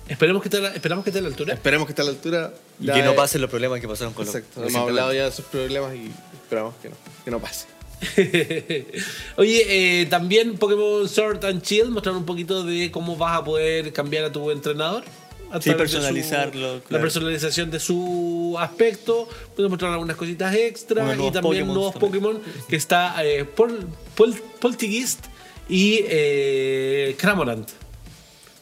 [SPEAKER 1] Esperemos que esté a la, esperamos que esté a la altura.
[SPEAKER 2] Esperemos que esté a la altura.
[SPEAKER 3] Y
[SPEAKER 2] Ya
[SPEAKER 3] que no
[SPEAKER 2] es-
[SPEAKER 3] pasen los problemas que pasaron con los.
[SPEAKER 2] Exacto. Hemos hablado ya de sus problemas y esperamos que no, que no
[SPEAKER 3] *laughs*
[SPEAKER 2] pase. *laughs*
[SPEAKER 1] *laughs* Oye, eh, también Pokémon Sword and Shield mostraron un poquito de cómo vas a poder cambiar a tu entrenador. a través
[SPEAKER 3] Sí,
[SPEAKER 1] de su-
[SPEAKER 3] personalizarlo,
[SPEAKER 1] La
[SPEAKER 3] claro.
[SPEAKER 1] personalización de su aspecto. Pueden mostrar algunas cositas extra
[SPEAKER 3] Unos
[SPEAKER 1] y
[SPEAKER 3] nuevos
[SPEAKER 1] también
[SPEAKER 3] Pokémon
[SPEAKER 1] nuevos
[SPEAKER 3] también.
[SPEAKER 1] Pokémon que está eh, Pol- Pol- Poltergeist y eh, Cramorant.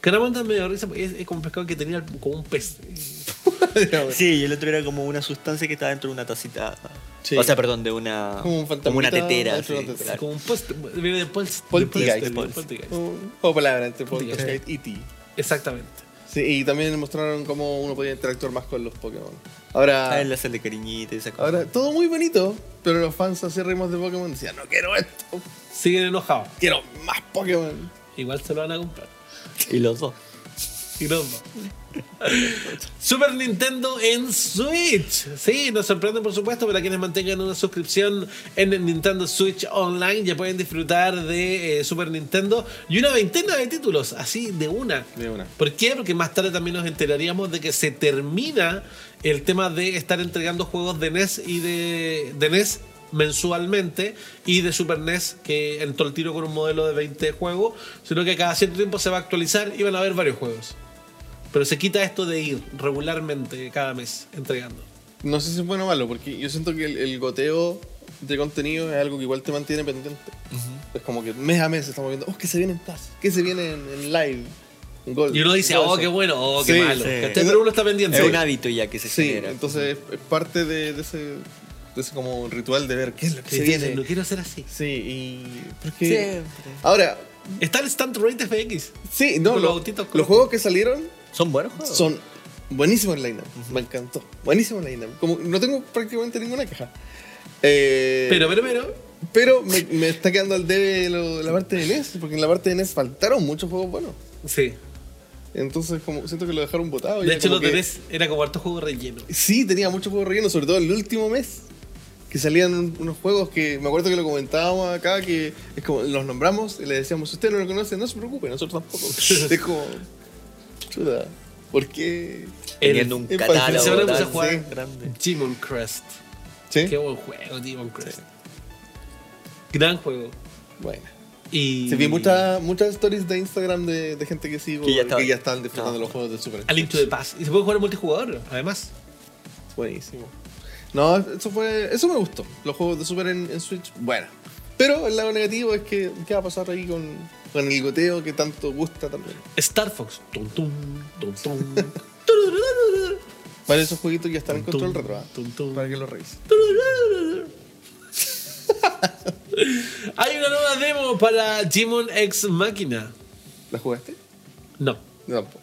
[SPEAKER 1] Cramorant me dio risa porque es, es como un pescado que tenía como un pez.
[SPEAKER 3] Sí, y el otro era como una sustancia que estaba dentro de una tacita.
[SPEAKER 2] Sí.
[SPEAKER 3] O sea, perdón, de una.
[SPEAKER 2] Como un
[SPEAKER 3] una
[SPEAKER 2] fantasmita
[SPEAKER 3] tetera.
[SPEAKER 2] dentro de
[SPEAKER 3] sí,
[SPEAKER 2] una tetera.
[SPEAKER 3] claro.
[SPEAKER 1] Como un post, viene de Poltergeist.
[SPEAKER 2] Poltergeist.
[SPEAKER 1] Poltergeist.
[SPEAKER 2] Un juego de palabras entre
[SPEAKER 1] Poltergeist.
[SPEAKER 2] Poltergeist y T.
[SPEAKER 1] Exactamente.
[SPEAKER 2] Sí, y también mostraron cómo uno podía interactuar más con los Pokémon. Ahora,
[SPEAKER 3] Ah, enlaces de cariñita y esa cosa.
[SPEAKER 2] ahora todo muy bonito, pero los fans acérrimos de Pokémon decían, no quiero esto,
[SPEAKER 1] Siguen enojados.
[SPEAKER 2] quiero más Pokémon.
[SPEAKER 1] Igual se lo van a comprar.
[SPEAKER 3] Y los dos.
[SPEAKER 1] Y no, no. Super Nintendo en Switch. Sí, nos sorprende por supuesto para quienes mantengan una suscripción en el Nintendo Switch Online. Ya pueden disfrutar de eh, Super Nintendo y una veintena de títulos, así de una.
[SPEAKER 2] De una.
[SPEAKER 1] ¿Por qué? Porque más tarde también nos enteraríamos de que se termina el tema de estar entregando juegos de NES y de, de NES mensualmente y de Super NES que entró el tiro con un modelo de 20 juegos, sino que cada cierto tiempo se va a actualizar y van a haber varios juegos. Pero se quita esto de ir regularmente cada mes entregando.
[SPEAKER 2] No sé si es bueno o malo, porque yo siento que el, el goteo de contenido es algo que igual te mantiene pendiente. Es como que mes a mes estamos viendo, oh, ¿qué se viene en Plus? ¿Qué se viene en, en live? En Gold.
[SPEAKER 1] Y uno dice,
[SPEAKER 2] Todo
[SPEAKER 1] oh,
[SPEAKER 2] eso.
[SPEAKER 1] qué bueno, oh, qué
[SPEAKER 2] Sí,
[SPEAKER 1] malo.
[SPEAKER 3] sí.
[SPEAKER 1] ¿Cachai? Pero uno está pendiente.
[SPEAKER 3] Es un hábito ya que se
[SPEAKER 2] Sí,
[SPEAKER 3] genera.
[SPEAKER 2] entonces es parte de, de ese, de ese como ritual de ver qué es lo que
[SPEAKER 1] Sí,
[SPEAKER 2] se
[SPEAKER 1] sí, sí,
[SPEAKER 2] viene.
[SPEAKER 1] no quiero ser así.
[SPEAKER 2] Sí, y. porque-
[SPEAKER 3] Siempre.
[SPEAKER 2] Ahora,
[SPEAKER 1] Está el Stunt Rate FX.
[SPEAKER 2] sí, no,
[SPEAKER 1] Con
[SPEAKER 2] lo-
[SPEAKER 1] los autitos
[SPEAKER 2] los
[SPEAKER 1] cortos.
[SPEAKER 2] juegos que salieron
[SPEAKER 3] Son buenos juegos.
[SPEAKER 2] son buenísimos en line Me encantó. Buenísimos en line Como no tengo prácticamente ninguna queja. Eh,
[SPEAKER 1] Pero, pero, pero.
[SPEAKER 2] pero me, me está quedando al debe lo- la parte de NES, porque en la parte de NES faltaron muchos juegos buenos.
[SPEAKER 1] Sí.
[SPEAKER 2] Entonces, como siento que lo dejaron botado. y
[SPEAKER 1] De E
[SPEAKER 2] era
[SPEAKER 1] hecho,
[SPEAKER 2] como
[SPEAKER 1] lo
[SPEAKER 2] que-
[SPEAKER 1] tenés, era como harto juego relleno.
[SPEAKER 2] Sí, tenía muchos juegos rellenos, sobre todo el último mes. Que salían un- unos juegos que me acuerdo que lo comentábamos acá, que es como los nombramos y le decíamos, si usted no lo conoce, no se preocupe, nosotros tampoco. es como. Chuta, ¿por qué?
[SPEAKER 3] Teniendo
[SPEAKER 1] El-
[SPEAKER 3] un
[SPEAKER 2] el-
[SPEAKER 3] catálogo
[SPEAKER 1] se van a empezar a
[SPEAKER 3] tan
[SPEAKER 1] jugar.
[SPEAKER 3] grande.
[SPEAKER 2] *laughs*
[SPEAKER 1] Demon Crest.
[SPEAKER 2] ¿Sí?
[SPEAKER 1] Qué buen juego, Demon Crest. Gran juego.
[SPEAKER 2] Bueno.
[SPEAKER 1] Y.
[SPEAKER 2] Sí, vi muchas muchas stories de Instagram de, de gente que sigo
[SPEAKER 3] Que ya
[SPEAKER 2] que
[SPEAKER 3] estaban-
[SPEAKER 2] ya están disfrutando de los juegos de Super
[SPEAKER 1] A Link to the Past. Y se puede jugar en multijugador, además.
[SPEAKER 2] Buenísimo. No, eso fue. Eso me gustó. Los juegos de Super en, en Switch, bueno. Pero el lado negativo es que, ¿qué va a pasar ahí con, con el goteo que tanto gusta también?
[SPEAKER 1] Star Fox. Tum, tum, tum, tum.
[SPEAKER 2] Para esos jueguitos ya están en
[SPEAKER 1] Tum,
[SPEAKER 2] *laughs* control retro, ¿ah?
[SPEAKER 1] tum, tum.
[SPEAKER 2] para que los revisen.
[SPEAKER 1] *laughs* Hay una nueva demo para Demon X Máquina.
[SPEAKER 2] ¿La jugaste?
[SPEAKER 1] No.
[SPEAKER 2] Yo tampoco.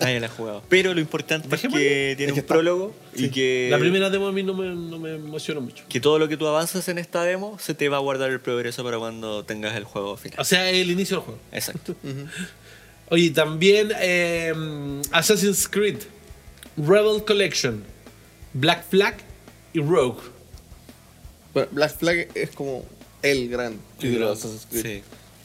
[SPEAKER 3] Nadie la ha jugado. Pero lo importante es
[SPEAKER 1] Dejémoslo.
[SPEAKER 3] que tiene
[SPEAKER 2] Es que
[SPEAKER 3] un
[SPEAKER 2] está.
[SPEAKER 3] prólogo y
[SPEAKER 2] Sí.
[SPEAKER 3] que.
[SPEAKER 1] La primera demo a mí no me, no me emocionó mucho.
[SPEAKER 3] Que todo lo que tú avanzas en esta demo se te va a guardar el progreso para cuando tengas el juego
[SPEAKER 1] O
[SPEAKER 3] final.
[SPEAKER 1] sea, el inicio del juego.
[SPEAKER 3] Exacto.
[SPEAKER 1] Oye, también eh, Assassin's Creed, Rebel Collection, Black Flag y Rogue.
[SPEAKER 2] Bueno, Black Flag es como el gran título de Assassin's Creed
[SPEAKER 3] Sí.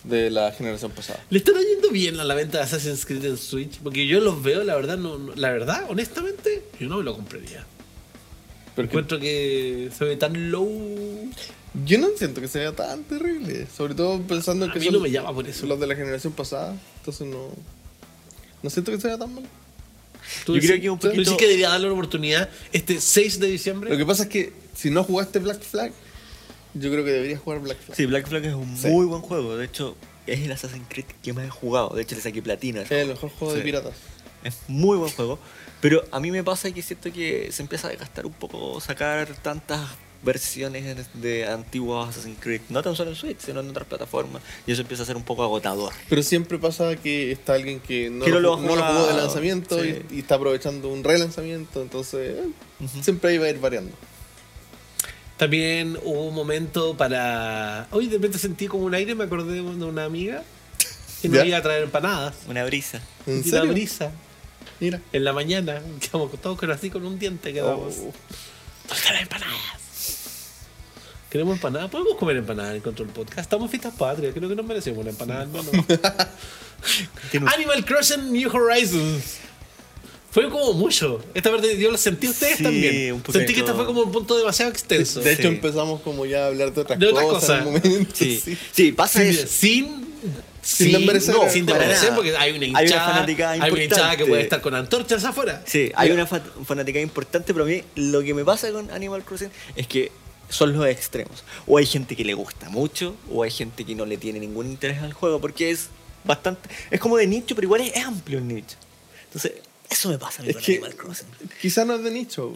[SPEAKER 2] de la generación pasada.
[SPEAKER 1] ¿Le están yendo bien a la venta de Assassin's Creed en Switch? Porque yo los veo, la verdad, no, no- la verdad, honestamente, yo no me lo compraría.
[SPEAKER 2] Pero que-
[SPEAKER 1] Encuentro que se ve tan low.
[SPEAKER 2] yo no siento que sea tan terrible. Sobre todo pensando en
[SPEAKER 1] A
[SPEAKER 2] que
[SPEAKER 1] mí
[SPEAKER 2] son
[SPEAKER 1] no me llama por eso.
[SPEAKER 2] los de la generación pasada. Entonces no. No siento que sea tan mal.
[SPEAKER 1] ¿Tú
[SPEAKER 3] Yo creo
[SPEAKER 1] decís-
[SPEAKER 3] que un
[SPEAKER 1] tú decís
[SPEAKER 3] poquito-
[SPEAKER 1] que debería darle una oportunidad este 6 de diciembre.
[SPEAKER 2] Lo que pasa es que si no jugaste Black Flag, yo creo que deberías jugar Black Flag.
[SPEAKER 3] Sí, Black Flag es un
[SPEAKER 2] Sí.
[SPEAKER 3] muy buen juego. De hecho, es el Assassin's Creed que más he jugado. De hecho, le saqué platino. al
[SPEAKER 2] Es el mejor juego de
[SPEAKER 3] Sí.
[SPEAKER 2] piratas.
[SPEAKER 3] Es muy buen juego. Pero a mí me pasa que siento que se empieza a desgastar un poco sacar tantas versiones de antiguos Assassin's Creed. No tan solo en Switch, sino en otras plataformas. Y eso empieza a ser un poco agotador.
[SPEAKER 2] Pero siempre pasa que está alguien que no,
[SPEAKER 3] Que no
[SPEAKER 2] lo,
[SPEAKER 3] lo
[SPEAKER 2] ju-
[SPEAKER 3] ha
[SPEAKER 2] no lo jugó de
[SPEAKER 3] jugado,
[SPEAKER 2] lanzamiento
[SPEAKER 3] sí.
[SPEAKER 2] y, y está aprovechando un relanzamiento, entonces eh, siempre ahí va a ir variando.
[SPEAKER 1] También hubo un momento para. Hoy de repente sentí como un aire, me acordé de una amiga que nos
[SPEAKER 2] ¿Ya?
[SPEAKER 1] iba a traer empanadas.
[SPEAKER 3] Una brisa.
[SPEAKER 2] ¿En
[SPEAKER 1] y la
[SPEAKER 2] serio?
[SPEAKER 1] brisa.
[SPEAKER 2] Mira.
[SPEAKER 1] En la mañana, *laughs* quedamos todos con así con un diente quedamos.
[SPEAKER 2] Oh.
[SPEAKER 1] ¿Dónde están las empanadas? ¿Queremos empanadas? ¿Podemos comer empanadas en Control Podcast? Estamos en fiestas patrias, creo que nos merecemos una empanada,
[SPEAKER 3] Mm.
[SPEAKER 1] hermano.
[SPEAKER 3] *laughs* Tiene un-
[SPEAKER 1] Animal Crossing New Horizons. Fue como mucho. Esta parte yo la sentí ustedes
[SPEAKER 3] Sí,
[SPEAKER 1] también.
[SPEAKER 3] un poquito.
[SPEAKER 1] Sentí que esta fue como un punto demasiado extenso.
[SPEAKER 2] De hecho
[SPEAKER 3] Sí.
[SPEAKER 2] empezamos como ya a hablar de otras
[SPEAKER 1] De otra
[SPEAKER 2] cosas en
[SPEAKER 1] cosa.
[SPEAKER 2] un momento.
[SPEAKER 3] Sí,
[SPEAKER 2] sí.
[SPEAKER 3] sí pasa
[SPEAKER 1] Sí,
[SPEAKER 3] eso.
[SPEAKER 1] sin, Sin desmerecer,
[SPEAKER 3] no,
[SPEAKER 1] sin
[SPEAKER 3] para
[SPEAKER 1] desmerecer,
[SPEAKER 3] nada.
[SPEAKER 1] porque hay una
[SPEAKER 3] Hay
[SPEAKER 1] hinchada.
[SPEAKER 3] una
[SPEAKER 1] Hay
[SPEAKER 3] fanaticada
[SPEAKER 1] una, hinchada que
[SPEAKER 3] importante.
[SPEAKER 1] puede estar con antorchas afuera.
[SPEAKER 3] Sí, hay una fa- fanática importante, pero a mí lo que me pasa con Animal Crossing es que son los extremos. O hay gente que le gusta mucho, o hay gente que no le tiene ningún interés al juego, porque es bastante. Es como de nicho, pero igual es, es amplio el nicho. Entonces, eso me pasa a mí
[SPEAKER 2] Es
[SPEAKER 3] con
[SPEAKER 2] que-
[SPEAKER 3] Animal Crossing.
[SPEAKER 2] Quizá no es de nicho,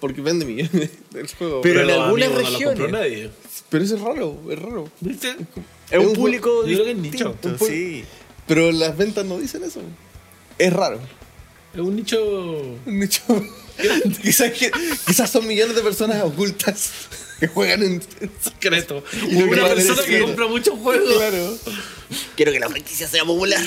[SPEAKER 2] porque vende millones *laughs* del juego.
[SPEAKER 3] Pero
[SPEAKER 2] Pero,
[SPEAKER 3] en
[SPEAKER 1] los
[SPEAKER 3] algunas
[SPEAKER 1] amigos
[SPEAKER 3] regiones.
[SPEAKER 1] No lo compró nadie.
[SPEAKER 2] eso es raro, es raro.
[SPEAKER 1] ¿Viste?
[SPEAKER 3] Es
[SPEAKER 2] un
[SPEAKER 3] un público.
[SPEAKER 1] yo creo que es
[SPEAKER 3] distinto,
[SPEAKER 1] nicho.
[SPEAKER 2] Un pu-
[SPEAKER 3] sí.
[SPEAKER 2] Pero las ventas no dicen eso. Es raro.
[SPEAKER 1] Es un nicho.
[SPEAKER 2] Un nicho. *laughs* quizás, que- quizás son millones de personas ocultas *laughs* que juegan en.
[SPEAKER 1] secreto.
[SPEAKER 2] Y lo que
[SPEAKER 1] Una
[SPEAKER 2] vale es
[SPEAKER 1] persona que
[SPEAKER 2] secreto.
[SPEAKER 1] compra muchos
[SPEAKER 3] *laughs*
[SPEAKER 1] juegos.
[SPEAKER 2] Claro.
[SPEAKER 3] Quiero que la franquicia sea popular.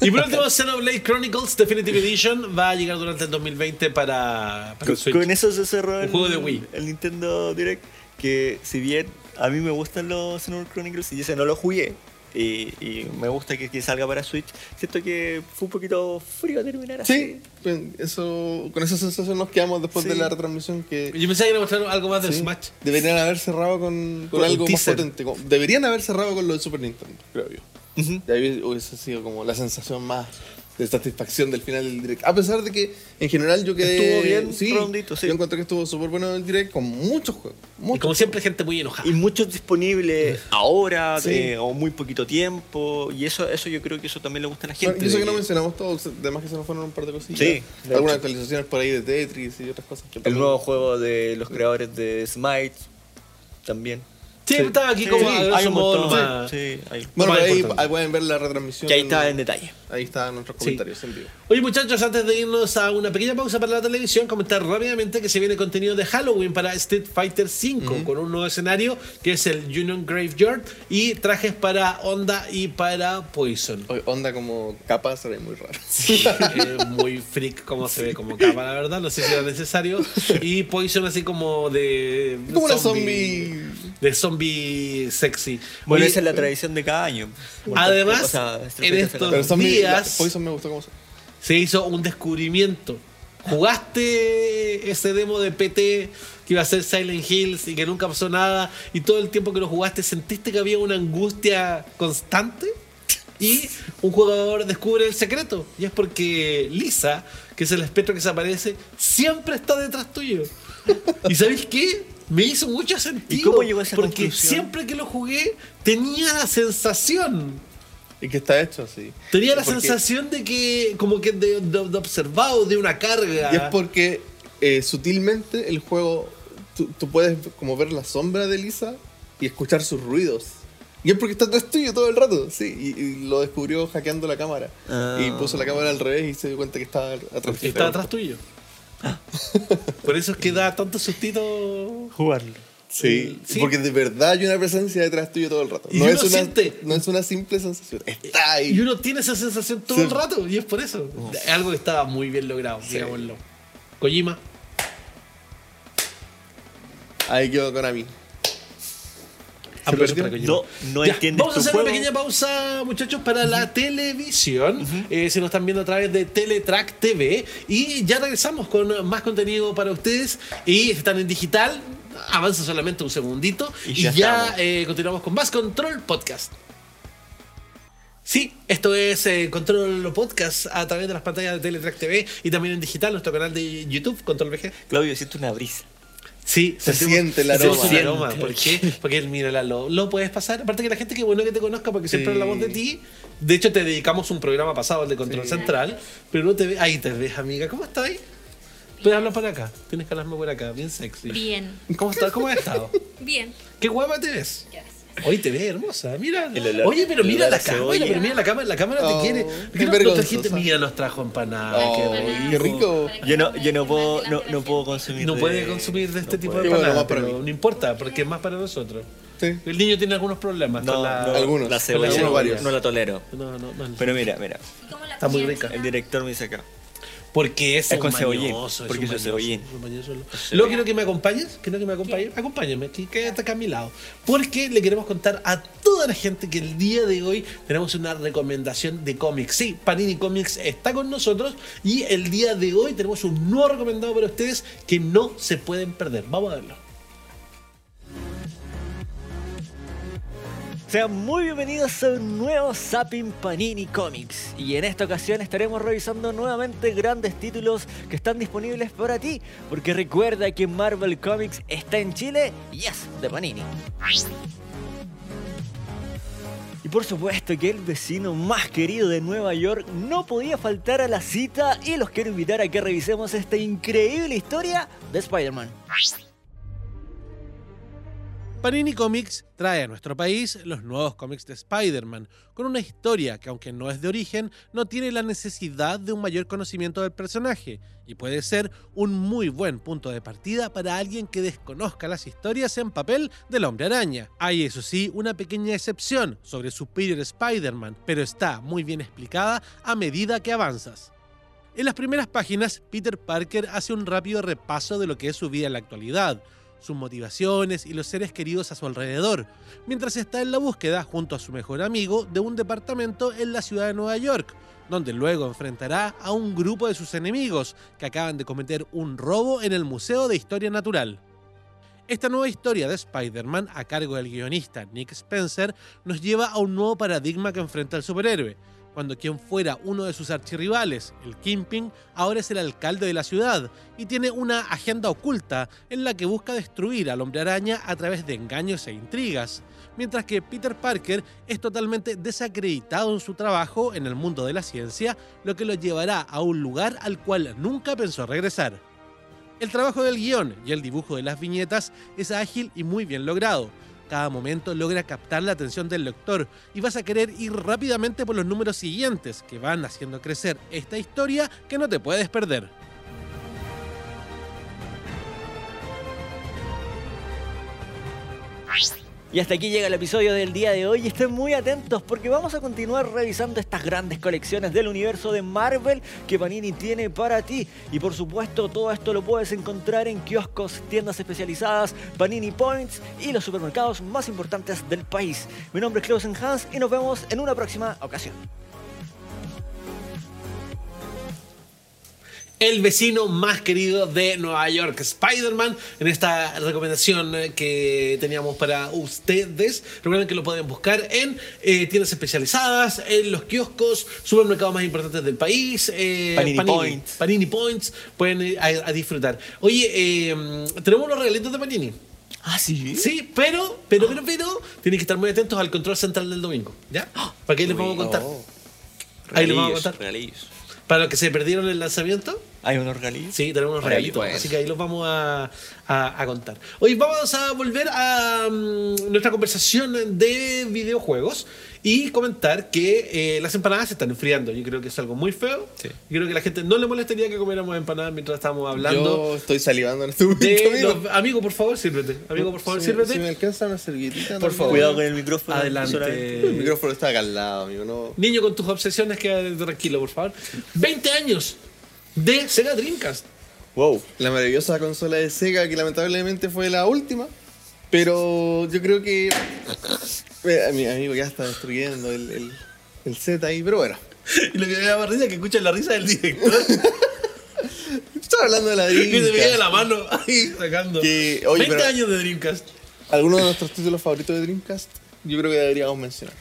[SPEAKER 1] Y por último, Xenoblade Chronicles Definitive Edition va a llegar durante el 2020 para, para
[SPEAKER 3] Con,
[SPEAKER 1] el Switch.
[SPEAKER 3] con eso se cerró el,
[SPEAKER 1] juego de Wii.
[SPEAKER 3] el Nintendo Direct. Que si bien a mí me gustan los Xenoblade Chronicles y ese no lo jugué. Y, y me gusta que, que salga para Switch. Siento que fue un poquito frío terminar así.
[SPEAKER 2] Sí, con eso, con esa sensación nos quedamos después
[SPEAKER 3] Sí.
[SPEAKER 2] de la retransmisión que.
[SPEAKER 1] Yo pensé que iba a mostrar algo más del
[SPEAKER 2] sí,
[SPEAKER 1] Smash.
[SPEAKER 2] Deberían haber cerrado con, con
[SPEAKER 1] Con
[SPEAKER 2] algo
[SPEAKER 1] un
[SPEAKER 2] más
[SPEAKER 1] teaser.
[SPEAKER 2] potente. con- deberían haber cerrado con lo de Super Nintendo, creo yo.
[SPEAKER 3] Ujú.
[SPEAKER 2] Y ahí hubiese sido como la sensación más de satisfacción del final del direct. A pesar de que en general yo quedé.
[SPEAKER 3] Estuvo bien, redondito, sí.
[SPEAKER 2] Yo encontré que estuvo súper bueno el direct con muchos juegos.
[SPEAKER 1] Y
[SPEAKER 2] Muchos
[SPEAKER 1] como siempre, gente muy enojada.
[SPEAKER 3] Y
[SPEAKER 1] *laughs*
[SPEAKER 3] muchos disponibles ahora
[SPEAKER 2] Sí.
[SPEAKER 3] eh, o muy poquito tiempo. Y eso, eso yo creo que eso también le gusta a la gente.
[SPEAKER 2] Bueno, y eso
[SPEAKER 3] de
[SPEAKER 2] que no
[SPEAKER 3] que
[SPEAKER 2] mencionamos todos, además que se nos fueron un par de cosillas.
[SPEAKER 3] Sí, de
[SPEAKER 2] Algunas
[SPEAKER 3] hecho.
[SPEAKER 2] actualizaciones por ahí de Tetris y otras cosas. Que
[SPEAKER 3] el
[SPEAKER 2] también-
[SPEAKER 3] nuevo juego de los creadores de Smite también.
[SPEAKER 1] Sí, estaba aquí como
[SPEAKER 3] Sí,
[SPEAKER 1] a grosso
[SPEAKER 3] hay un
[SPEAKER 1] modo
[SPEAKER 3] montón.
[SPEAKER 1] nomás.
[SPEAKER 3] Sí, sí, hay-
[SPEAKER 1] Lo
[SPEAKER 2] Bueno, por
[SPEAKER 1] más
[SPEAKER 2] ahí,
[SPEAKER 1] importante.
[SPEAKER 2] ahí pueden ver la retransmisión.
[SPEAKER 3] que ahí está en detalle.
[SPEAKER 2] Ahí están nuestros comentarios en vivo.
[SPEAKER 1] Oye muchachos, antes de irnos a una pequeña pausa para la televisión, comentar rápidamente que se viene contenido de Halloween para Street Fighter V con un nuevo escenario que es el Union Graveyard y trajes para Onda y para Poison.
[SPEAKER 2] Oye, Onda como capaz se ve muy raro.
[SPEAKER 1] Eh, *laughs* muy freak como se ve como capa, la verdad, no sé si era necesario. Y Poison así como de...
[SPEAKER 2] Como una
[SPEAKER 1] De zombie sexy.
[SPEAKER 3] Bueno,
[SPEAKER 1] Oye,
[SPEAKER 3] esa es la tradición de cada año.
[SPEAKER 1] eh, Además,
[SPEAKER 3] O sea,
[SPEAKER 1] en estos-
[SPEAKER 2] Pero son mis- la-
[SPEAKER 1] Días.
[SPEAKER 2] Poison me gustó como son.
[SPEAKER 1] se hizo un descubrimiento. ¿Jugaste ese demo de PT que iba a ser Silent Hills y que nunca pasó nada? Y todo el tiempo que lo jugaste, ¿sentiste que había una angustia constante? Y un jugador descubre el secreto. Y es porque Lisa, que es el espectro que se aparece, siempre está detrás tuyo. ¿Y sabéis qué? Me hizo mucho sentido.
[SPEAKER 3] cómo llegó a esa
[SPEAKER 1] Porque
[SPEAKER 3] conclusión?
[SPEAKER 1] siempre que lo jugué, tenía la sensación
[SPEAKER 2] Y que está hecho así.
[SPEAKER 1] Tenía la
[SPEAKER 2] Porque-
[SPEAKER 1] sensación de que, como que de, de- de observado, de una carga.
[SPEAKER 2] Y es porque eh, sutilmente el juego, tú, tú puedes como ver la sombra de Lisa y escuchar sus ruidos. Y es porque está atrás tuyo todo el rato, sí. Y, y lo descubrió hackeando la cámara.
[SPEAKER 3] Ah.
[SPEAKER 2] Y puso la cámara al revés y se dio cuenta que estaba atrás tuyo.
[SPEAKER 1] Está atrás tuyo.
[SPEAKER 2] Ah.
[SPEAKER 1] Por eso es que da tanto sustito.
[SPEAKER 3] jugarlo.
[SPEAKER 2] Sí,
[SPEAKER 1] Sí.
[SPEAKER 2] porque de verdad hay una presencia detrás tuyo todo el rato.
[SPEAKER 1] Y
[SPEAKER 2] no,
[SPEAKER 1] uno
[SPEAKER 2] es una,
[SPEAKER 1] siente-
[SPEAKER 2] no es una simple sensación.
[SPEAKER 4] Eh,
[SPEAKER 2] Está
[SPEAKER 1] Y
[SPEAKER 2] ahí.
[SPEAKER 1] uno tiene esa sensación todo
[SPEAKER 2] Sí.
[SPEAKER 1] el rato, y es por eso. Algo que estaba muy bien logrado, digámoslo. Kojima,
[SPEAKER 2] Ahí quedó Konami.
[SPEAKER 1] aplausos
[SPEAKER 2] perdió.
[SPEAKER 1] para Kojima.
[SPEAKER 3] No, no
[SPEAKER 1] Ya,
[SPEAKER 3] entiendes
[SPEAKER 1] Vamos a
[SPEAKER 3] tu
[SPEAKER 1] hacer
[SPEAKER 3] juego.
[SPEAKER 1] una pequeña pausa, muchachos, para la televisión. Eh, si nos están viendo a través de Teletrack TV. Y ya regresamos con más contenido para ustedes. Y si están en digital. Avanza solamente un segundito.
[SPEAKER 3] Y
[SPEAKER 1] Y
[SPEAKER 3] ya
[SPEAKER 1] ya,
[SPEAKER 3] estamos.
[SPEAKER 1] eh, continuamos con más Control Podcast. Sí, esto es eh, Control Podcast a través de las pantallas de Teletrack TV y también en digital, nuestro canal de YouTube, Control VG.
[SPEAKER 3] Claro, siento una brisa.
[SPEAKER 1] Sí,
[SPEAKER 2] Se
[SPEAKER 1] sentimos-
[SPEAKER 2] siente el
[SPEAKER 1] sentimos
[SPEAKER 2] aroma.
[SPEAKER 1] un aroma. ¿Por qué? Porque mira, la- lo, lo puedes pasar. Aparte que la gente que bueno que te conozca, porque siempre
[SPEAKER 2] Sí.
[SPEAKER 1] hablamos de ti. De hecho, te dedicamos un programa pasado, el de Control Central. Pero no te ve. Ahí te ves, amiga. ¿Cómo estás ahí? Puedes hablar para acá. Tienes que hablarme por acá. Bien sexy.
[SPEAKER 5] Bien,
[SPEAKER 1] ¿Cómo estás? ¿Cómo has
[SPEAKER 3] *laughs*
[SPEAKER 1] estado?
[SPEAKER 5] bien.
[SPEAKER 1] Qué guapa te ves.
[SPEAKER 5] Gracias.
[SPEAKER 1] Hoy te ves hermosa, mira.
[SPEAKER 3] El olor-
[SPEAKER 1] Oye, pero
[SPEAKER 3] el
[SPEAKER 1] mira
[SPEAKER 3] olor
[SPEAKER 1] la
[SPEAKER 3] a cebolla.
[SPEAKER 1] cámara, pero mira la cámara, la cámara
[SPEAKER 2] Oh,
[SPEAKER 1] te quiere. ¿Por
[SPEAKER 2] qué
[SPEAKER 1] qué no- no
[SPEAKER 2] vergonzosa.
[SPEAKER 1] trajiste? Mira, nos trajo empanadas.
[SPEAKER 2] Oh,
[SPEAKER 1] qué
[SPEAKER 2] qué
[SPEAKER 1] rico.
[SPEAKER 2] rico.
[SPEAKER 3] Yo no, yo no puedo, no, no puedo consumir.
[SPEAKER 1] No
[SPEAKER 3] de-
[SPEAKER 1] puede consumir de este
[SPEAKER 3] no
[SPEAKER 1] tipo
[SPEAKER 3] puedo.
[SPEAKER 1] de
[SPEAKER 2] Bueno,
[SPEAKER 1] empanadas,
[SPEAKER 2] más para
[SPEAKER 1] pero
[SPEAKER 2] mí.
[SPEAKER 1] no importa, porque es más para nosotros.
[SPEAKER 2] Sí.
[SPEAKER 1] El niño tiene algunos problemas
[SPEAKER 3] No,
[SPEAKER 1] con la...
[SPEAKER 3] no,
[SPEAKER 2] Algunos.
[SPEAKER 3] La cebolla
[SPEAKER 1] Algunos,
[SPEAKER 3] no-
[SPEAKER 1] varios.
[SPEAKER 3] no la tolero.
[SPEAKER 1] No, no, no.
[SPEAKER 3] Pero mira, mira.
[SPEAKER 1] Está muy rica.
[SPEAKER 3] El director me dice acá.
[SPEAKER 1] porque es,
[SPEAKER 3] es
[SPEAKER 1] un
[SPEAKER 3] con cebollín,
[SPEAKER 1] mañoso, es
[SPEAKER 3] porque
[SPEAKER 1] un
[SPEAKER 3] soy
[SPEAKER 1] mañoso,
[SPEAKER 3] cebollín.
[SPEAKER 1] es un mañoso. Luego quiero que me acompañes, quiero que me acompañes, acompáñame, que que está acá a mi lado. Porque le queremos contar a toda la gente que el día de hoy tenemos una recomendación de cómics. Sí, Panini Comics está con nosotros y el día de hoy tenemos un nuevo recomendado para ustedes que no se pueden perder. Vamos a verlo.
[SPEAKER 3] Sean muy bienvenidos a un nuevo Zapping Panini Comics. Y en esta ocasión estaremos revisando nuevamente grandes títulos que están disponibles para ti. Porque recuerda que Marvel Comics está en Chile y es de Panini. Y por supuesto que el vecino más querido de Nueva York no podía faltar a la cita y los quiero invitar a que revisemos esta increíble historia de Spider-Man.
[SPEAKER 1] Panini Comics trae a nuestro país los nuevos cómics de Spider-Man, con una historia que aunque no es de origen, no tiene la necesidad de un mayor conocimiento del personaje, y puede ser un muy buen punto de partida para alguien que desconozca las historias en papel del hombre araña. Hay eso sí una pequeña excepción sobre Superior Spider-Man, pero está muy bien explicada a medida que avanzas. En las primeras páginas, Peter Parker hace un rápido repaso de lo que es su vida en la actualidad, sus motivaciones y los seres queridos a su alrededor, mientras está en la búsqueda junto a su mejor amigo de un departamento en la ciudad de Nueva York, donde luego enfrentará a un grupo de sus enemigos que acaban de cometer un robo en el Museo de Historia Natural. Esta nueva historia de Spider-Man a cargo del guionista Nick Spencer nos lleva a un nuevo paradigma que enfrenta al superhéroe, cuando quien fuera uno de sus archirrivales, el Kingpin, ahora es el alcalde de la ciudad y tiene una agenda oculta en la que busca destruir al hombre araña a través de engaños e intrigas, mientras que Peter Parker es totalmente desacreditado en su trabajo en el mundo de la ciencia, lo que lo llevará a un lugar al cual nunca pensó regresar. El trabajo del guión y el dibujo de las viñetas es ágil y muy bien logrado, cada momento logra captar la atención del lector y vas a querer ir rápidamente por los números siguientes que van haciendo crecer esta historia que no te puedes perder.
[SPEAKER 3] Y hasta aquí llega el episodio del día de hoy. Estén muy atentos porque vamos a continuar revisando estas grandes colecciones del universo de Marvel que Panini tiene para ti. Y por supuesto, todo esto lo puedes encontrar en kioscos, tiendas especializadas, Panini Points y los supermercados más importantes del país. Mi nombre es Clausen Hans y nos vemos en una próxima ocasión.
[SPEAKER 4] el vecino más querido de Nueva York, Spider-Man, en esta recomendación eh, que teníamos para ustedes. Recuerden que lo pueden buscar en eh, tiendas especializadas, en los kioscos, supermercados más importantes del país, eh,
[SPEAKER 3] Panini Points.
[SPEAKER 4] Panini Points, pueden ir a, a disfrutar. Oye, eh, tenemos unos regalitos de Panini.
[SPEAKER 3] Ah,
[SPEAKER 4] Sí, pero, pero, pero, pero, tienen que estar muy atentos al control central del domingo, ¿ya? Para que ahí les vamos a contar. Ahí les vamos a contar.
[SPEAKER 3] Ah. oh. regalillos.
[SPEAKER 4] Para los que se perdieron el lanzamiento,
[SPEAKER 3] ¿Hay unos regalillos?
[SPEAKER 4] Sí, tenemos unos
[SPEAKER 3] Ahí,
[SPEAKER 4] regalitos.
[SPEAKER 3] pues.
[SPEAKER 4] Así que ahí los vamos a, a- a contar. Hoy vamos a volver a mm, nuestra conversación de videojuegos y comentar que eh, las empanadas se están enfriando. Yo creo que es algo muy feo.
[SPEAKER 3] Sí.
[SPEAKER 4] Yo creo que a la gente no le molestaría que comiéramos empanadas mientras estábamos
[SPEAKER 2] *laughs*
[SPEAKER 4] hablando.
[SPEAKER 2] Yo estoy salivando en este momento,
[SPEAKER 4] de
[SPEAKER 2] amigo.
[SPEAKER 4] los- amigo, por favor, sírvete. Amigo, por favor,
[SPEAKER 2] Si-
[SPEAKER 4] sírvete.
[SPEAKER 2] Si me alcanza una servilletita.
[SPEAKER 4] Por
[SPEAKER 2] no,
[SPEAKER 4] favor.
[SPEAKER 3] Cuidado con el micrófono. solamente.
[SPEAKER 2] El
[SPEAKER 4] Adelante.
[SPEAKER 2] micrófono está acá al lado, amigo. No.
[SPEAKER 4] Niño, con tus obsesiones, quédate tranquilo, por favor. 20 años de Sega Dreamcast.
[SPEAKER 3] Wow.
[SPEAKER 2] La maravillosa consola de Sega, que lamentablemente fue la última. Pero yo creo que. Eh, Mi amigo ya está destruyendo el, el, el set ahí, pero bueno.
[SPEAKER 4] Y lo que me da más risa es que escuchan la risa del director.
[SPEAKER 2] Estaba hablando de la
[SPEAKER 4] Que se veía
[SPEAKER 2] Dreamcast.
[SPEAKER 4] la mano ahí sacando.
[SPEAKER 2] Que, oye,
[SPEAKER 4] 20
[SPEAKER 2] pero-
[SPEAKER 4] años de Dreamcast.
[SPEAKER 2] Algunos de nuestros títulos favoritos de Dreamcast, yo creo que deberíamos mencionar.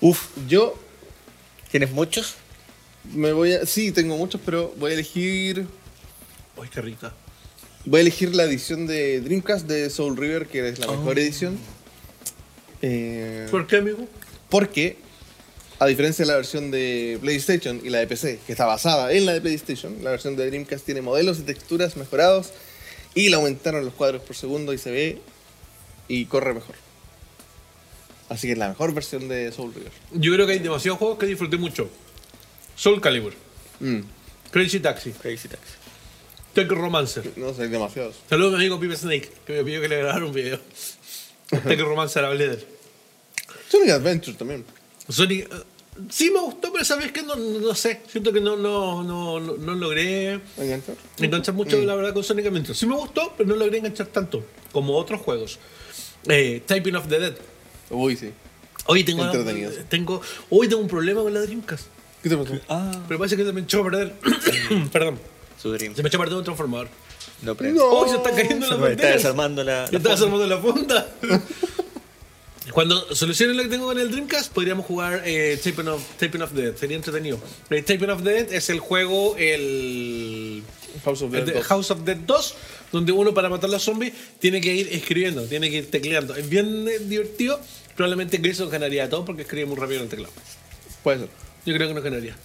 [SPEAKER 2] Uf, yo
[SPEAKER 3] ¿Tienes muchos?
[SPEAKER 2] me voy a. Sí, tengo muchos, pero voy a elegir.
[SPEAKER 4] Uy, qué rica.
[SPEAKER 2] Voy a elegir la edición de Dreamcast de Soul River, que es la
[SPEAKER 3] Oh.
[SPEAKER 2] mejor edición. Eh,
[SPEAKER 4] ¿Por qué, amigo?
[SPEAKER 2] porque, a diferencia de la versión de PlayStation y la de PC, que está basada en la de PlayStation, la versión de Dreamcast tiene modelos y texturas mejorados y le aumentaron los cuadros por segundo y se ve y corre mejor. Así que es la mejor versión de Soul River.
[SPEAKER 4] Yo creo que hay demasiados juegos que disfruté mucho. Soul Calibur,
[SPEAKER 2] Mm,
[SPEAKER 4] Crazy Taxi,
[SPEAKER 3] Crazy Taxi.
[SPEAKER 4] Tech Romancer.
[SPEAKER 2] no sé, hay demasiados.
[SPEAKER 4] Saludos a mi amigo Pipe Snake, que me pidió que le grabara un video. Tech Romancer hablé de él.
[SPEAKER 2] Sonic Adventure también.
[SPEAKER 4] Sonic. eh, Sí me gustó, pero sabes que no, no no sé. Siento que no, no, no, no, no logré
[SPEAKER 2] ¿Me encantó?
[SPEAKER 4] enganchar mucho, la verdad, con Sonic Adventure. Sí me gustó, pero no logré enganchar tanto como otros juegos. Eh, Typing of the Dead.
[SPEAKER 2] Uy, sí.
[SPEAKER 4] Hoy tengo,
[SPEAKER 2] Entretenido.
[SPEAKER 4] tengo, hoy tengo un problema con la Dreamcast.
[SPEAKER 2] ¿Qué te pasó?
[SPEAKER 3] Ah,
[SPEAKER 4] Pero parece que se me echó a perder. *coughs* Perdón.
[SPEAKER 3] su Dream.
[SPEAKER 4] Se me echó a perder un transformador.
[SPEAKER 3] No
[SPEAKER 2] No.
[SPEAKER 4] ¡Oh, se está cayendo
[SPEAKER 3] Se
[SPEAKER 4] la
[SPEAKER 3] me está
[SPEAKER 4] pantalla!
[SPEAKER 3] desarmando la.
[SPEAKER 4] *laughs* Se está
[SPEAKER 3] la-
[SPEAKER 4] desarmando la funda. Cuando solucione lo que tengo con el Dreamcast, podríamos jugar eh, Taken of, Taken of Dead. Sería entretenido. Eh, Taken of Dead es el juego, el.
[SPEAKER 2] House of
[SPEAKER 4] el
[SPEAKER 2] Dead
[SPEAKER 4] de-
[SPEAKER 2] 2.
[SPEAKER 4] Este, House of Dead 2, donde uno para matar a los zombies tiene que ir escribiendo, tiene que ir tecleando. Es bien eh, divertido. Probablemente Grayson ganaría todo porque escribe muy rápido en el teclado.
[SPEAKER 2] Puede ser.
[SPEAKER 4] Yo creo que no ganaría.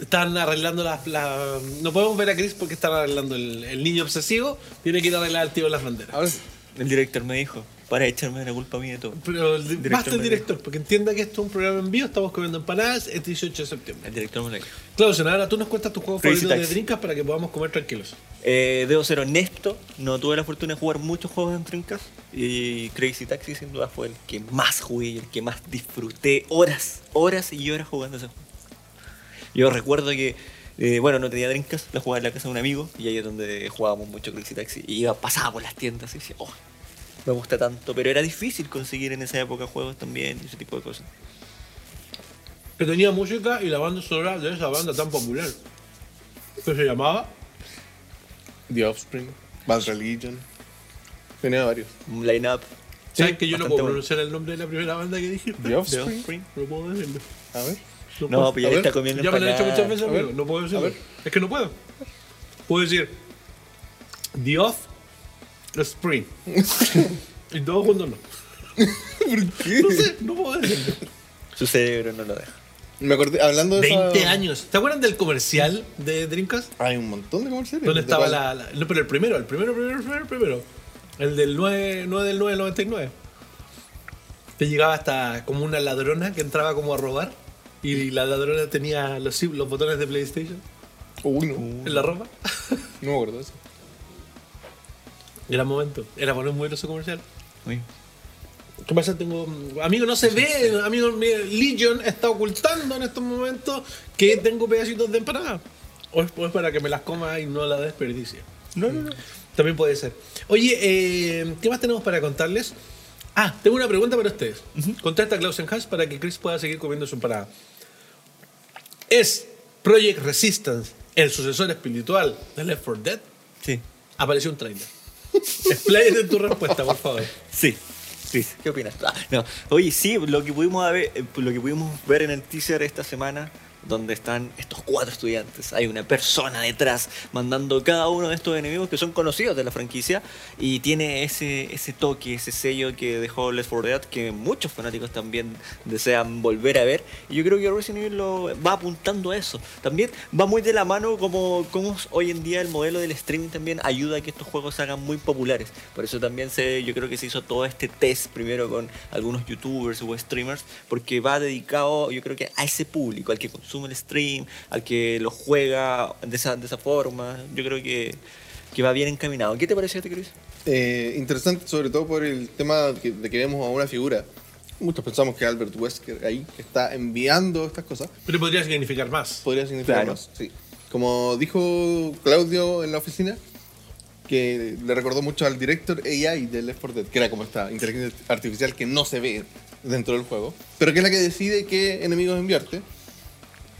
[SPEAKER 4] Están arreglando las. las- No podemos ver a Chris porque están arreglando el, el niño obsesivo. Tiene que ir a arreglar al tío de las
[SPEAKER 3] Ah,
[SPEAKER 4] banderas.
[SPEAKER 2] Ahora,
[SPEAKER 3] El director me dijo, para echarme la culpa a mí de todo.
[SPEAKER 4] Pero el-
[SPEAKER 3] Director
[SPEAKER 4] basta el
[SPEAKER 3] me
[SPEAKER 4] director, porque entienda que esto es un programa en vivo. Estamos comiendo empanadas. Es 18 de septiembre.
[SPEAKER 3] El director me lo dijo.
[SPEAKER 4] Clausen, ahora tú nos cuentas tus juegos
[SPEAKER 3] Crazy
[SPEAKER 4] favoritos de
[SPEAKER 3] Taxi.
[SPEAKER 4] drinkas para que podamos comer tranquilos.
[SPEAKER 3] Eh, debo ser honesto, no tuve la fortuna de jugar muchos juegos en Dreamcast y Crazy Taxi sin duda fue el que más jugué y el que más disfruté horas, horas y horas jugando ese juego. Yo recuerdo que, eh, bueno, no tenía Dreamcast, la jugaba en la casa de un amigo y ahí es donde jugábamos mucho Crazy Taxi y iba, pasaba por las tiendas y decía, oh, me gusta tanto, pero era difícil conseguir en esa época juegos también y ese tipo de cosas.
[SPEAKER 4] Que tenía música y la banda sonora de esa banda tan popular. Que se llamaba.
[SPEAKER 2] The Offspring, Bad Religion. Tenía varios.
[SPEAKER 3] Un line-up.
[SPEAKER 4] ¿Sabes que yo no
[SPEAKER 3] bastante
[SPEAKER 4] puedo
[SPEAKER 3] bueno.
[SPEAKER 4] pronunciar el nombre de la primera banda que dije?
[SPEAKER 2] The Offspring.
[SPEAKER 4] No puedo decirlo.
[SPEAKER 2] A ver.
[SPEAKER 4] puedo.
[SPEAKER 3] No, pues ya
[SPEAKER 2] A
[SPEAKER 3] le
[SPEAKER 2] ver,
[SPEAKER 3] está comiendo
[SPEAKER 4] Ya me lo he dicho
[SPEAKER 3] empanadas.
[SPEAKER 4] muchas veces,
[SPEAKER 2] A ver,
[SPEAKER 4] amigo. No puedo
[SPEAKER 2] a
[SPEAKER 4] decirlo.
[SPEAKER 2] ver.
[SPEAKER 4] Es que no puedo. Puedo decir The Off
[SPEAKER 2] *laughs*
[SPEAKER 4] Spring. y todos juntos no.
[SPEAKER 2] ¿Por qué?
[SPEAKER 4] No sé, no puedo decirlo.
[SPEAKER 3] Su cerebro no lo deja.
[SPEAKER 2] Me acordé, hablando de esa-
[SPEAKER 4] 20 años. ¿Te acuerdan del comercial de Dreamcast?
[SPEAKER 2] Hay un montón de comerciales.
[SPEAKER 4] ¿Dónde
[SPEAKER 2] ¿De
[SPEAKER 4] estaba
[SPEAKER 2] cuál?
[SPEAKER 4] la, la- No, pero el primero, el primero, primero, primero, primero. El del 9, 9 del 999. Te llegaba hasta como una ladrona que entraba como a robar. Y la ladrona tenía los, zip- los botones de PlayStation
[SPEAKER 2] Uy, no.
[SPEAKER 4] en la ropa.
[SPEAKER 2] No me acuerdo de eso.
[SPEAKER 4] Era momento. Era poner muy ese comercial.
[SPEAKER 3] Uy.
[SPEAKER 4] ¿Qué pasa? Tengo. Amigo, no se ve. Amigo, mira, Legion está ocultando en estos momentos que tengo pedacitos de empanada. O es, o es para que me las coma y no las desperdicie.
[SPEAKER 3] No, no, no.
[SPEAKER 4] También puede ser. Oye, eh, ¿qué más tenemos para contarles? Ah, tengo una pregunta para ustedes. Contesta a Klausen Haas para que Chris pueda seguir comiendo su empanada. ¿Es Project Resistance el sucesor espiritual de Left 4 Dead?
[SPEAKER 3] Sí.
[SPEAKER 4] Apareció un
[SPEAKER 3] *laughs*
[SPEAKER 4] trailer. Expláyate en tu respuesta, por favor.
[SPEAKER 3] Sí. Chris, ¿qué opinas? Ah, no. Oye, sí, lo que, pudimos haber- eh, lo que pudimos ver en el teaser esta semana, donde están estos cuatro estudiantes, hay una persona detrás mandando cada uno de estos enemigos que son conocidos de la franquicia y tiene ese, ese toque, ese sello que dejó Left 4 Dead que muchos fanáticos también desean volver a ver. Y yo creo que Resident Evil lo va apuntando a eso. También va muy de la mano como, como hoy en día el modelo del streaming también ayuda a que estos juegos se hagan muy populares. Por eso también se, yo creo que se hizo todo este test primero con algunos youtubers o streamers, porque va dedicado yo creo que a ese público, al que consume el stream, al que lo juega de esa, de esa forma. Yo creo que, que va bien encaminado. ¿Qué te pareció este, Chris?
[SPEAKER 2] Eh, interesante, sobre todo por el tema que- de que vemos a una figura. Muchos pensamos que Albert Wesker ahí, que está enviando estas cosas,
[SPEAKER 4] Pero podría significar más.
[SPEAKER 2] podría significar
[SPEAKER 3] Claro.
[SPEAKER 2] más. Sí. Como dijo Claudio en la oficina, que le recordó mucho al director AI de Left 4 Dead, que era como esta inteligencia artificial que no se ve dentro del juego, pero que es la que decide qué enemigos enviarte.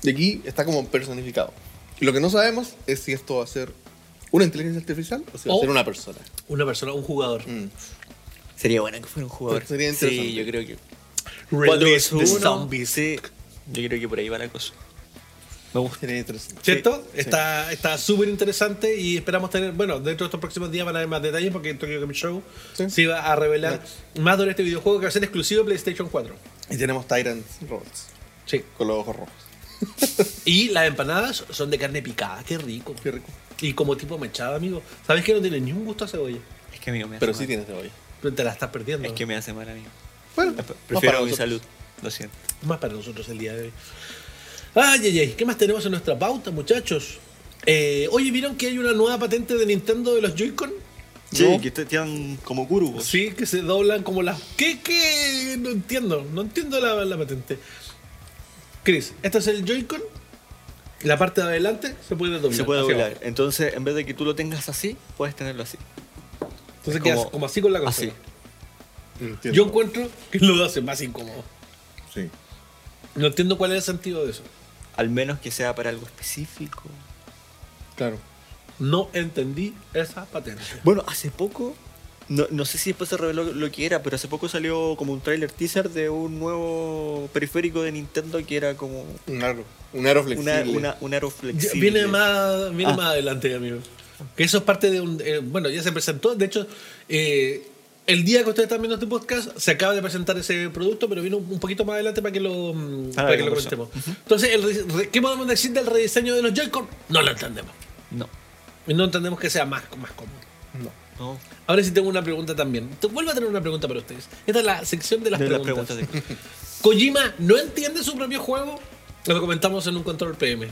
[SPEAKER 2] Y aquí está como personificado. Y lo que no sabemos es si esto va a ser una inteligencia artificial o si va
[SPEAKER 3] Oh.
[SPEAKER 4] O-
[SPEAKER 2] a ser una persona.
[SPEAKER 4] Una persona, un jugador.
[SPEAKER 2] Mm. pues
[SPEAKER 3] Sería bueno que fuera un jugador.
[SPEAKER 2] Sería interesante.
[SPEAKER 3] Sí, yo creo que
[SPEAKER 4] Release the
[SPEAKER 3] 4-1,
[SPEAKER 4] zombies.
[SPEAKER 3] sí. Yo creo que por ahí va la cosa.
[SPEAKER 2] Me gustaría interesante.
[SPEAKER 4] ¿Cierto?
[SPEAKER 2] Sí.
[SPEAKER 4] Está está súper interesante y esperamos tener, bueno, dentro de estos próximos días van a haber más detalles porque Tokyo Game Show
[SPEAKER 2] Sí.
[SPEAKER 4] se va a revelar más sobre este videojuego que va a ser exclusivo de PlayStation 4.
[SPEAKER 2] Y tenemos Tyrant Robots
[SPEAKER 4] Sí.
[SPEAKER 2] con los ojos rojos.
[SPEAKER 4] Y las empanadas son de carne picada, qué rico.
[SPEAKER 2] Qué rico.
[SPEAKER 4] Y como tipo mechada, amigo. ¿Sabes que no tiene ni un gusto a cebolla?
[SPEAKER 3] Es que amigo me hace
[SPEAKER 2] Pero
[SPEAKER 3] mal.
[SPEAKER 2] sí tiene cebolla.
[SPEAKER 4] Pero te la estás perdiendo.
[SPEAKER 3] Es que me hace mal, amigo.
[SPEAKER 2] Bueno,
[SPEAKER 3] Prefiero mi
[SPEAKER 2] nosotros.
[SPEAKER 3] salud. Lo siento.
[SPEAKER 4] más para nosotros el día de hoy. Ay, ay, ay, ¿qué más tenemos en nuestra pauta, muchachos? Eh, Oye, ¿vieron que hay una nueva patente de Nintendo de los Joy-Con?
[SPEAKER 3] Sí,
[SPEAKER 2] No.
[SPEAKER 3] que te quedan como pues. curvos.
[SPEAKER 4] Sí, que se doblan como las... ¿Qué? ¿Qué? No entiendo, no entiendo la, la patente. Chris, ¿este es el Joy-Con? La parte de adelante se puede doblar.
[SPEAKER 3] Se puede
[SPEAKER 4] hacia
[SPEAKER 3] doblar.
[SPEAKER 4] abajo.
[SPEAKER 3] Entonces, en vez de que tú lo tengas así, puedes tenerlo así.
[SPEAKER 4] Entonces
[SPEAKER 3] Es
[SPEAKER 4] quedas como,
[SPEAKER 3] como-
[SPEAKER 4] así con la cosa.
[SPEAKER 3] Así.
[SPEAKER 2] Entiendo.
[SPEAKER 4] Yo encuentro que lo hace más incómodo.
[SPEAKER 2] Sí.
[SPEAKER 4] No entiendo cuál es el sentido de eso.
[SPEAKER 3] Al menos que sea para algo específico.
[SPEAKER 2] Claro.
[SPEAKER 4] No entendí esa patente.
[SPEAKER 3] Bueno, hace poco No, no sé si después se reveló lo que era, pero hace poco salió como un trailer teaser de un nuevo periférico de Nintendo que era como
[SPEAKER 2] Un aro. Un aro
[SPEAKER 3] una,
[SPEAKER 2] flexible.
[SPEAKER 3] una, un aro
[SPEAKER 4] Ya,
[SPEAKER 3] flexible.
[SPEAKER 4] Viene más, viene
[SPEAKER 3] Ah.
[SPEAKER 4] más adelante, amigo. Que eso es parte de un. eh, bueno, ya se presentó. De hecho, eh, el día que ustedes están viendo este podcast, se acaba de presentar ese producto, pero vino un poquito más adelante para que lo, mm,
[SPEAKER 3] Ah,
[SPEAKER 4] para que lo
[SPEAKER 3] conversamos.
[SPEAKER 4] comentemos. Entonces, el re- re- ¿qué podemos decir del rediseño de los Joy-Con? No lo entendemos.
[SPEAKER 3] No.
[SPEAKER 4] Y no entendemos que sea más, más cómodo.
[SPEAKER 3] No.
[SPEAKER 4] Ahora sí tengo una pregunta también. Te- Vuelvo a tener una pregunta para ustedes. Esta es la sección de las
[SPEAKER 3] De las
[SPEAKER 4] preguntas.
[SPEAKER 3] preguntas
[SPEAKER 4] *laughs* Kojima no entiende su propio juego. Lo comentamos en un control PM.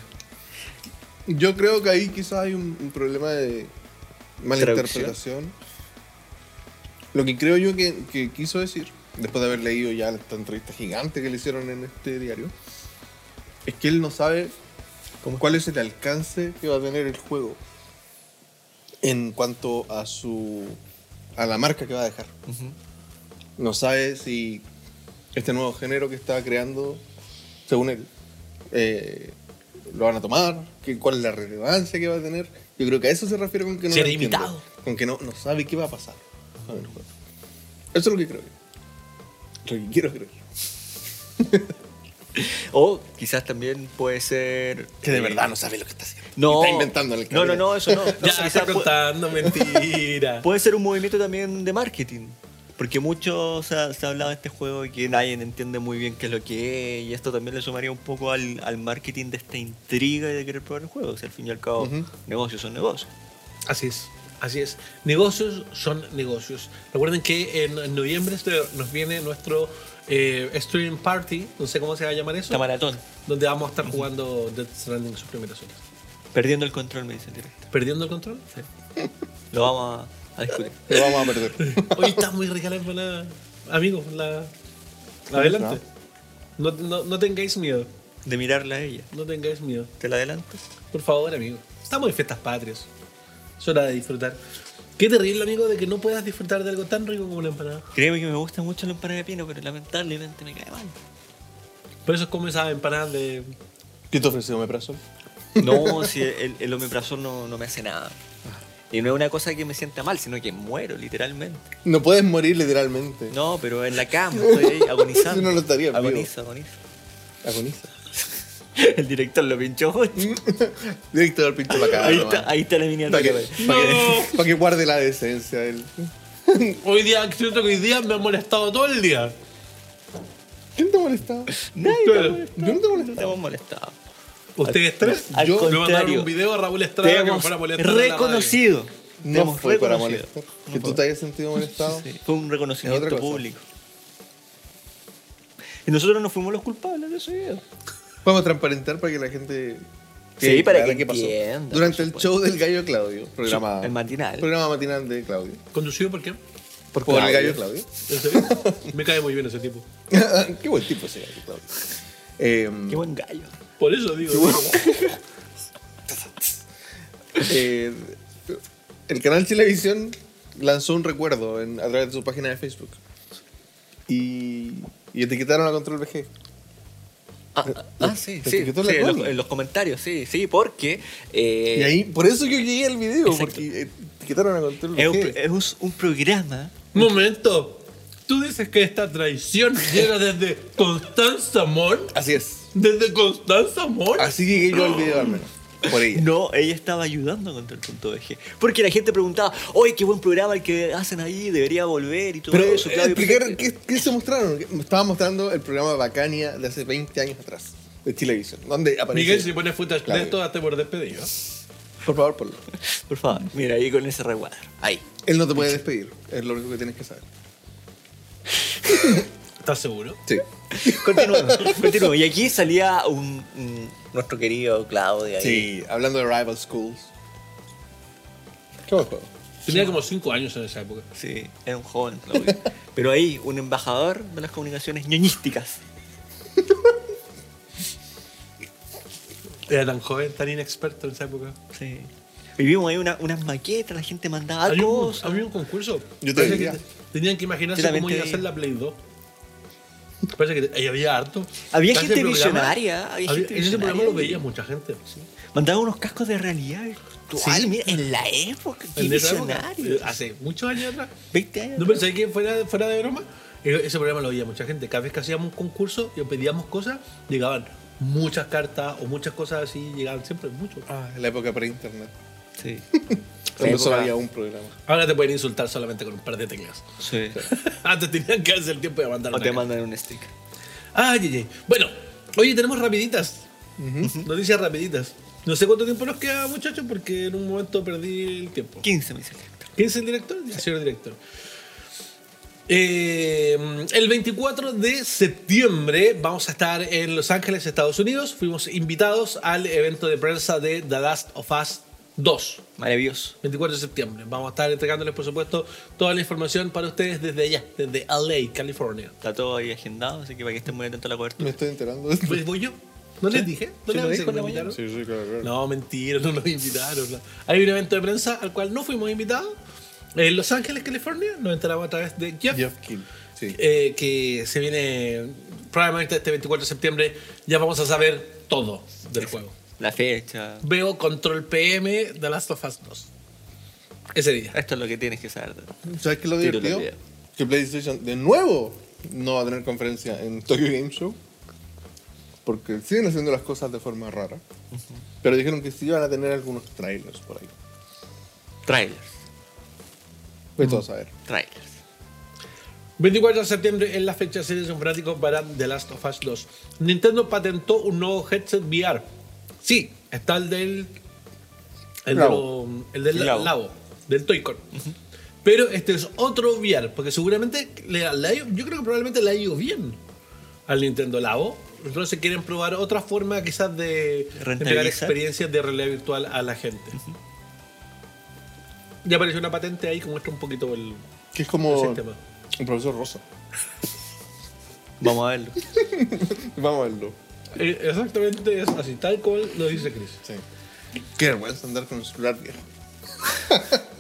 [SPEAKER 2] Yo creo que ahí quizás hay un, un problema de malinterpretación. Lo que creo yo que, que quiso decir, después de haber leído ya esta entrevista gigante que le hicieron en este diario, es que él no sabe cuál es el alcance que va a tener el juego en cuanto a su a la marca que va a dejar.
[SPEAKER 3] Ujú.
[SPEAKER 2] No sabe si este nuevo género que está creando, según él, eh, lo van a tomar, que, cuál es la relevancia que va a tener. Yo creo que a eso se refiere con que no
[SPEAKER 4] Será
[SPEAKER 2] lo entiende,
[SPEAKER 4] imitado.
[SPEAKER 2] Con que no, no sabe qué va a pasar con el juego. Eso es lo que creo yo. Lo que quiero creer.
[SPEAKER 3] O quizás también puede ser.
[SPEAKER 2] Que de
[SPEAKER 3] eh,
[SPEAKER 2] verdad no sabe lo que está haciendo.
[SPEAKER 3] No.
[SPEAKER 2] Está inventando en el
[SPEAKER 3] No,
[SPEAKER 2] camino.
[SPEAKER 3] no, no,
[SPEAKER 2] *laughs*
[SPEAKER 3] eso no. No,
[SPEAKER 4] Ya
[SPEAKER 3] quizás
[SPEAKER 4] está
[SPEAKER 3] pu-
[SPEAKER 4] contando *laughs* mentira.
[SPEAKER 3] Puede ser un movimiento también de marketing. Porque mucho se ha, se ha hablado de este juego y que nadie entiende muy bien qué es lo que es. Y esto también le sumaría un poco al, al marketing de esta intriga y de querer probar el juego. O sea, al fin y al cabo,
[SPEAKER 2] Ujú.
[SPEAKER 3] negocios son negocios.
[SPEAKER 4] Así es, así es. Negocios son negocios. Recuerden que en, en noviembre este- nos viene nuestro eh, stream party, no sé cómo se va a llamar eso,
[SPEAKER 3] La maratón.
[SPEAKER 4] donde vamos a estar jugando Death Stranding en sus primeras horas.
[SPEAKER 3] Perdiendo el control, me dicen directo.
[SPEAKER 4] ¿Perdiendo el control?
[SPEAKER 3] Lo vamos a, a discutir.
[SPEAKER 2] Lo vamos a perder. *laughs*
[SPEAKER 4] Hoy está muy rica la empanada. Amigos, la... adelante. No, no- no tengáis miedo,
[SPEAKER 3] De mirarla a ella.
[SPEAKER 4] no tengáis miedo.
[SPEAKER 3] ¿Te la adelanto?
[SPEAKER 4] Por favor, amigo. Estamos en fiestas patrias. Es hora de disfrutar. Qué terrible, amigo, de que no puedas disfrutar de algo tan rico como una empanada.
[SPEAKER 3] Créeme que me gusta mucho la empanada de pino, pero lamentablemente me cae mal.
[SPEAKER 4] Por eso es como esas empanadas de...
[SPEAKER 2] ¿Qué te ofreció Omeprazol?
[SPEAKER 3] No, si el, el omeprazol no, no me hace nada. Y no es una cosa que me sienta mal, sino que muero, literalmente.
[SPEAKER 2] No puedes morir literalmente.
[SPEAKER 3] No, pero en la cama, estoy ahí
[SPEAKER 2] Si
[SPEAKER 3] agonizando.
[SPEAKER 2] *laughs* no, no estaría vivo.
[SPEAKER 3] Agoniza, agoniza. *laughs*
[SPEAKER 2] *laughs* Agoniza.
[SPEAKER 3] El director lo pinchó justo.
[SPEAKER 2] Director del pinche la cara.
[SPEAKER 3] Ahí
[SPEAKER 2] nomás.
[SPEAKER 3] está, ahí está la miniatura.
[SPEAKER 2] Para que, pa' que- *laughs*
[SPEAKER 4] No.
[SPEAKER 2] pa' que guarde la decencia él.
[SPEAKER 4] "Mm, Hoy día, siento que hoy día me ha molestado todo el día.
[SPEAKER 2] ¿Quién te molestaba?
[SPEAKER 3] Nadie te ha
[SPEAKER 4] Ustedes.
[SPEAKER 3] molestado.
[SPEAKER 2] Yo no te he
[SPEAKER 3] No te hemos molestado.
[SPEAKER 4] Ustedes tres,
[SPEAKER 3] al
[SPEAKER 4] yo le mandaron
[SPEAKER 3] contrario.
[SPEAKER 4] un video a Raúl Estrada
[SPEAKER 3] Te
[SPEAKER 4] que me
[SPEAKER 3] hemos
[SPEAKER 4] fuera a molestar en la radio.
[SPEAKER 3] reconocido. Te
[SPEAKER 2] No
[SPEAKER 3] hemos
[SPEAKER 2] fue para
[SPEAKER 3] reconocido.
[SPEAKER 2] molestar. Que tú te hayas sentido molestado.
[SPEAKER 3] Sí, fue un
[SPEAKER 2] Es
[SPEAKER 3] reconocimiento
[SPEAKER 2] otra cosa.
[SPEAKER 3] público. Y nosotros no fuimos los culpables de ese video.
[SPEAKER 2] Vamos a transparentar para que la gente.
[SPEAKER 3] Sí,
[SPEAKER 2] que
[SPEAKER 3] para
[SPEAKER 2] clara
[SPEAKER 3] que
[SPEAKER 2] qué pasó.
[SPEAKER 3] entienda,
[SPEAKER 2] Durante
[SPEAKER 3] por
[SPEAKER 2] el
[SPEAKER 3] supuesto.
[SPEAKER 2] show del Gallo Claudio. Programa,
[SPEAKER 3] El matinal.
[SPEAKER 2] Programa matinal de Claudio.
[SPEAKER 4] ¿Conducido por qué?
[SPEAKER 2] Por, el
[SPEAKER 3] Claudio.
[SPEAKER 2] Gallo Claudio.
[SPEAKER 3] *laughs*
[SPEAKER 4] ¿En serio? me cae muy bien ese tipo.
[SPEAKER 2] *laughs* qué buen tipo ese Gallo Claudio. Em,
[SPEAKER 3] Qué buen gallo.
[SPEAKER 4] Por eso digo.
[SPEAKER 2] Eh, el canal Televisión lanzó un recuerdo en- a través de su página de Facebook. Y, y etiquetaron a Control VG.
[SPEAKER 3] Ah, ah, ah, sí,
[SPEAKER 2] Te
[SPEAKER 3] sí,
[SPEAKER 2] etiquetó
[SPEAKER 3] sí,
[SPEAKER 2] la
[SPEAKER 3] en, los,
[SPEAKER 2] Connie.
[SPEAKER 3] en los comentarios, sí, sí, porque eh,
[SPEAKER 2] y ahí, por eso yo llegué al video,
[SPEAKER 3] Exacto.
[SPEAKER 2] porque etiquetaron a Control
[SPEAKER 3] es, un,
[SPEAKER 2] VG.
[SPEAKER 3] es un programa
[SPEAKER 4] Momento. Tú dices que esta traición llega desde Constanza Amor.
[SPEAKER 2] Así es.
[SPEAKER 4] ¿Desde Constanza Amor?
[SPEAKER 2] Así llegué yo al video al menos. Por ella.
[SPEAKER 3] No, ella estaba ayudando contra el punto VG. Porque la gente preguntaba, oye, qué buen programa el que hacen ahí, debería volver y pues, todo
[SPEAKER 2] Pero eh,
[SPEAKER 3] eso. Claudio,
[SPEAKER 2] explicar
[SPEAKER 3] perfecto.
[SPEAKER 2] qué, qué se mostraron. Estaban mostrando el programa Bacania de hace 20 años atrás, de Televisión. Donde aparece.
[SPEAKER 4] Miguel, si pones footage de
[SPEAKER 2] Claro.
[SPEAKER 4] esto, hazte por despedido.
[SPEAKER 2] Por favor, ponlo.
[SPEAKER 3] Por favor, mira, ahí con ese recuadro.
[SPEAKER 4] *laughs*
[SPEAKER 3] Ahí.
[SPEAKER 2] Él no te puede despedir. Es lo único que tienes que saber.
[SPEAKER 4] ¿Estás seguro?
[SPEAKER 2] Sí.
[SPEAKER 3] Continuamos, continuamos. Y aquí salía un, un- nuestro querido Claudio ahí.
[SPEAKER 2] Sí, hablando de Rival Schools. Qué buen juego.
[SPEAKER 4] Tenía como 5 años en esa época.
[SPEAKER 3] Sí, era un joven
[SPEAKER 4] *laughs*
[SPEAKER 3] Claudio. Pero ahí, un embajador de las comunicaciones ñoñísticas.
[SPEAKER 4] Era tan joven, tan inexperto en esa época.
[SPEAKER 3] Sí. Vivimos ahí una- unas maquetas, la gente mandaba
[SPEAKER 4] Había un,
[SPEAKER 3] cosas.
[SPEAKER 4] había un concurso.
[SPEAKER 2] Yo te
[SPEAKER 4] Parece
[SPEAKER 2] diría.
[SPEAKER 4] que te- Tenían que
[SPEAKER 3] Yo
[SPEAKER 4] imaginarse
[SPEAKER 3] también
[SPEAKER 4] cómo
[SPEAKER 3] te
[SPEAKER 4] iba a ser
[SPEAKER 3] diría.
[SPEAKER 4] la Play 2. Parece que ahí había harto.
[SPEAKER 3] Había
[SPEAKER 4] Casi
[SPEAKER 3] gente
[SPEAKER 4] el programa-
[SPEAKER 3] visionaria. Había
[SPEAKER 4] había-
[SPEAKER 3] gente
[SPEAKER 4] en ese
[SPEAKER 3] visionaria
[SPEAKER 4] programa lo
[SPEAKER 3] y-
[SPEAKER 4] veía mucha gente. sí.
[SPEAKER 3] Mandaban unos cascos de realidad virtual.
[SPEAKER 4] Sí.
[SPEAKER 3] mira, en la época. Qué
[SPEAKER 4] En esa época, eh,
[SPEAKER 3] visionario.
[SPEAKER 4] hace muchos años atrás.
[SPEAKER 3] 20 años.
[SPEAKER 4] No pensé que fuera, fuera de broma. E- Ese programa lo veía mucha gente. Cada vez que hacíamos un concurso y pedíamos cosas, llegaban muchas cartas o muchas cosas así, llegaban siempre mucho.
[SPEAKER 2] Ah, en la época pre-internet.
[SPEAKER 3] Sí.
[SPEAKER 2] Donde
[SPEAKER 3] época-
[SPEAKER 2] solo había un programa.
[SPEAKER 4] Ahora te pueden insultar solamente con un par de
[SPEAKER 3] *laughs*
[SPEAKER 4] teclas.
[SPEAKER 3] sí.
[SPEAKER 4] *laughs* Antes tenían que hacer el tiempo de mandar.
[SPEAKER 3] O
[SPEAKER 4] una
[SPEAKER 3] te
[SPEAKER 4] carta.
[SPEAKER 3] mandan un stick.
[SPEAKER 4] Ay, ay, ay. Bueno, oye, tenemos rapiditas. *laughs* Noticias rapiditas. No sé cuánto tiempo nos queda, muchachos, porque en un momento perdí el tiempo.
[SPEAKER 3] 15 me dice el director.
[SPEAKER 4] ¿Quién es el director? El señor director. Eh, el 24 de septiembre vamos a estar en Los Ángeles, Estados Unidos. Fuimos invitados al evento de prensa de The Last of Us 2.
[SPEAKER 3] Maravilloso.
[SPEAKER 4] 24 de septiembre. Vamos a estar entregándoles, por supuesto, toda la información para ustedes desde allá, desde LA, California.
[SPEAKER 3] Está todo ahí agendado, así que para que estén muy atentos a la cobertura.
[SPEAKER 2] Me estoy enterando de esto.
[SPEAKER 4] Pues voy yo. ¿No les dije? ¿No
[SPEAKER 2] Sí,
[SPEAKER 4] les
[SPEAKER 2] lo
[SPEAKER 4] avisé
[SPEAKER 2] dijo
[SPEAKER 4] que
[SPEAKER 2] en la
[SPEAKER 4] me
[SPEAKER 2] mañana.
[SPEAKER 4] invitaron?
[SPEAKER 2] Sí, sí, claro, claro.
[SPEAKER 4] No, mentira, no nos invitaron. no. Hay un evento de prensa al cual no fuimos invitados. En Los Ángeles, California, nos enteramos a través de Jeff,
[SPEAKER 2] Jeff Kill. Sí.
[SPEAKER 4] eh, que se viene probablemente este 24 de septiembre. Ya vamos a saber todo del juego.
[SPEAKER 3] La fecha.
[SPEAKER 4] Veo Control PM de Last of Us 2. Ese día.
[SPEAKER 3] Esto es lo que tienes que saber.
[SPEAKER 2] ¿Sabes qué es lo
[SPEAKER 3] Tiro la
[SPEAKER 2] divertido?
[SPEAKER 3] idea.
[SPEAKER 2] Que PlayStation de nuevo no va a tener conferencia en Tokyo Game Show. Porque siguen haciendo las cosas de forma rara. Pero dijeron que sí van a tener algunos trailers por ahí.
[SPEAKER 3] Trailers.
[SPEAKER 2] Vete a saber.
[SPEAKER 3] Trailers.
[SPEAKER 4] 24 de septiembre es la fecha serie San Francisco para The Last of Us 2. Nintendo patentó un nuevo headset VR. Sí, está el del. El, de
[SPEAKER 2] Labo.
[SPEAKER 4] lo- el del
[SPEAKER 3] Labo.
[SPEAKER 4] Labo. del Toy-Con. Pero este es otro VR, porque seguramente. le- le ha ido- yo creo que probablemente le ha ido bien al Nintendo Labo. Entonces quieren probar otra forma quizás de entregar
[SPEAKER 3] Rentabilizar.
[SPEAKER 4] experiencias de realidad virtual a la gente. Ya apareció una patente ahí que muestra un poquito el,
[SPEAKER 2] Que es
[SPEAKER 4] el
[SPEAKER 2] como
[SPEAKER 4] sistema.
[SPEAKER 2] el profesor Rosa.
[SPEAKER 3] Vamos a verlo.
[SPEAKER 2] Vamos a verlo.
[SPEAKER 4] Eh, Exactamente es así, tal cual lo dice Chris.
[SPEAKER 2] Sí. Qué vergüenza andar con el celular viejo.
[SPEAKER 4] *laughs*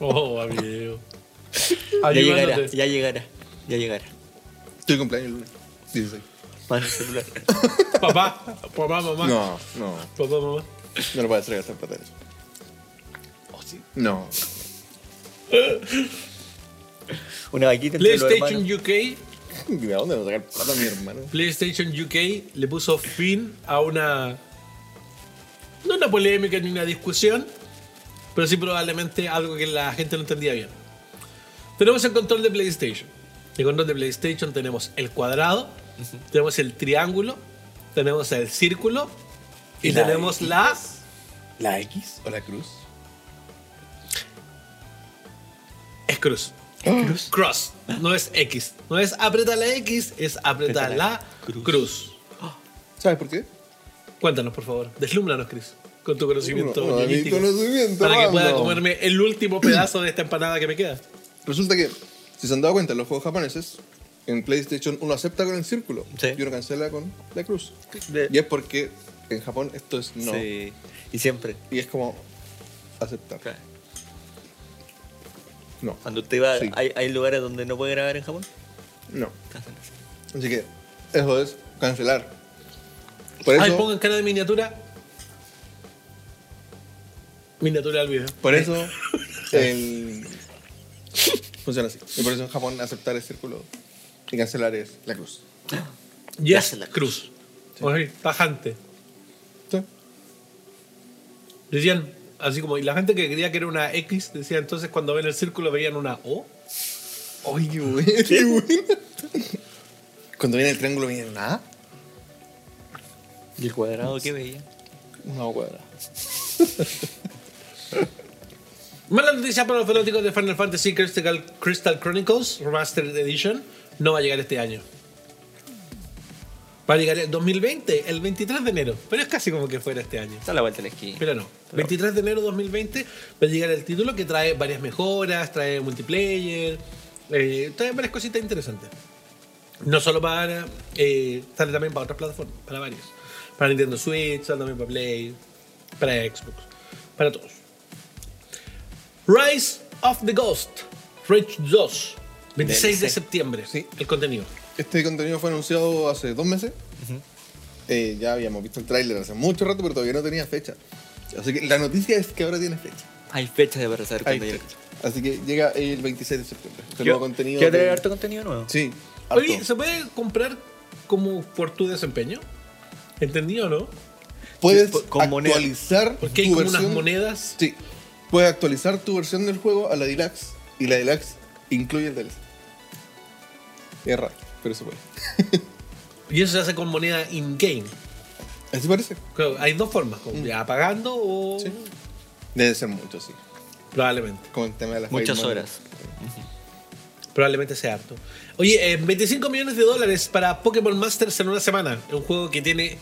[SPEAKER 4] Oh, amigo.
[SPEAKER 3] ya llegará,
[SPEAKER 4] Ayudándote.
[SPEAKER 3] ya llegará. Ya llegará.
[SPEAKER 2] Estoy cumpleaños el lunes. 16.
[SPEAKER 3] Más el celular.
[SPEAKER 4] *laughs* Papá, papá, mamá.
[SPEAKER 2] No, no.
[SPEAKER 4] Papá, mamá.
[SPEAKER 2] No lo voy a hacer gastar plata en eso.
[SPEAKER 4] Oh, sí.
[SPEAKER 2] No. *laughs*
[SPEAKER 3] Una vaquita entre los
[SPEAKER 4] PlayStation
[SPEAKER 3] hermanos.
[SPEAKER 4] UK,
[SPEAKER 2] ¿De dónde voy a sacar plata mi hermano?
[SPEAKER 4] PlayStation UK le puso fin a una. No una polémica ni una discusión, pero sí probablemente algo que la gente no entendía bien. Tenemos el control de PlayStation. El control de PlayStation tenemos el cuadrado, tenemos el triángulo, tenemos el círculo y,
[SPEAKER 2] Y la
[SPEAKER 4] tenemos las.
[SPEAKER 2] ¿La X o la cruz?
[SPEAKER 4] Es cruz. Cruz. Cross. No es X. No es apretar la X, es apretar
[SPEAKER 3] Apretar
[SPEAKER 4] la cruz.
[SPEAKER 3] cruz.
[SPEAKER 2] ¿Sabes por qué?
[SPEAKER 4] Cuéntanos, por favor. Deslúmbranos, Chris. Con tu conocimiento.
[SPEAKER 2] Bueno, bueno, mi
[SPEAKER 4] ñoñístico.
[SPEAKER 2] conocimiento,
[SPEAKER 4] para que
[SPEAKER 2] mando.
[SPEAKER 4] pueda comerme el último pedazo de esta empanada que me queda.
[SPEAKER 2] Resulta que, si se han dado cuenta, en los juegos japoneses, en PlayStation uno acepta con el círculo
[SPEAKER 3] Sí.
[SPEAKER 2] y uno cancela con la cruz.
[SPEAKER 3] De-
[SPEAKER 2] Y es porque en Japón esto es no.
[SPEAKER 3] Sí. Y siempre.
[SPEAKER 2] Y es como aceptar.
[SPEAKER 3] claro.
[SPEAKER 2] No,
[SPEAKER 3] Cuando usted va,
[SPEAKER 2] Sí.
[SPEAKER 3] hay, hay lugares donde no puede grabar en Japón.
[SPEAKER 2] no.
[SPEAKER 3] Hacen así.
[SPEAKER 2] Así que eso es cancelar. Por
[SPEAKER 4] Ay,
[SPEAKER 2] eso,
[SPEAKER 4] pongan cara de miniatura. Miniatura al video.
[SPEAKER 2] por eso el... funciona así. Y por eso en Japón aceptar es círculo y cancelar es la cruz.
[SPEAKER 4] Yes,
[SPEAKER 3] Gracias, la
[SPEAKER 4] cruz. Oye, tajante.
[SPEAKER 2] Sí.
[SPEAKER 4] Decían, así como, y la gente que creía que era una X, decía entonces cuando ven el círculo veían una O.
[SPEAKER 2] Ay, qué bueno. *laughs* qué bueno. Cuando viene el triángulo viene nada.
[SPEAKER 3] ¿Y el cuadrado qué veía?
[SPEAKER 2] Una cuadra.
[SPEAKER 4] Mala noticia para los fanáticos de Final Fantasy Crystal, Crystal Chronicles Remastered Edition no va a llegar este año. Va a llegar el 2020, el 23 de enero. Pero es casi como que fuera este año.
[SPEAKER 3] Está a la vuelta de la esquina.
[SPEAKER 4] Pero no. 23 de enero de 2020 va a llegar el título que trae varias mejoras, trae multiplayer, eh, trae varias cositas interesantes. No solo para. Eh, sale también para otras plataformas, para varias. Para Nintendo Switch, sale también para Play, para Xbox, para todos. Rise of the Ghost, Rage 2. 26 de
[SPEAKER 3] DLC.
[SPEAKER 4] septiembre,
[SPEAKER 2] Sí.
[SPEAKER 4] el contenido.
[SPEAKER 2] Este contenido fue anunciado hace dos meses. Eh, ya habíamos visto el tráiler hace mucho rato, pero todavía no tenía fecha. Así que la noticia es que ahora tiene fecha.
[SPEAKER 3] Hay fecha de para saber
[SPEAKER 2] Hay
[SPEAKER 3] cuándo llega.
[SPEAKER 2] fecha. Así que llega el 26 de septiembre. Este
[SPEAKER 3] Yo-
[SPEAKER 2] nuevo contenido.
[SPEAKER 3] Quiero traer
[SPEAKER 2] de-
[SPEAKER 3] harto contenido nuevo.
[SPEAKER 2] Sí. harto.
[SPEAKER 4] Oye, ¿se puede comprar como por tu desempeño? ¿Entendido o no?
[SPEAKER 2] Puedes
[SPEAKER 3] po- con moneda.
[SPEAKER 2] actualizar
[SPEAKER 4] Porque hay
[SPEAKER 2] tu
[SPEAKER 4] como
[SPEAKER 2] versión.
[SPEAKER 4] unas monedas.
[SPEAKER 2] Sí. Puedes actualizar tu versión del juego a la Deluxe. Y la Deluxe incluye el DLC. Es raro, pero se puede.
[SPEAKER 4] Y eso se hace con moneda in-game.
[SPEAKER 2] Así parece.
[SPEAKER 4] Claro, Hay dos formas, como ya pagando o
[SPEAKER 2] Sí. Debe ser mucho, sí.
[SPEAKER 4] probablemente.
[SPEAKER 2] Con el tema de las
[SPEAKER 3] Muchas
[SPEAKER 2] Fireman.
[SPEAKER 3] horas.
[SPEAKER 4] Probablemente sea harto. Oye, eh, 25 millones de dólares para Pokémon Masters en una semana. Un juego que tiene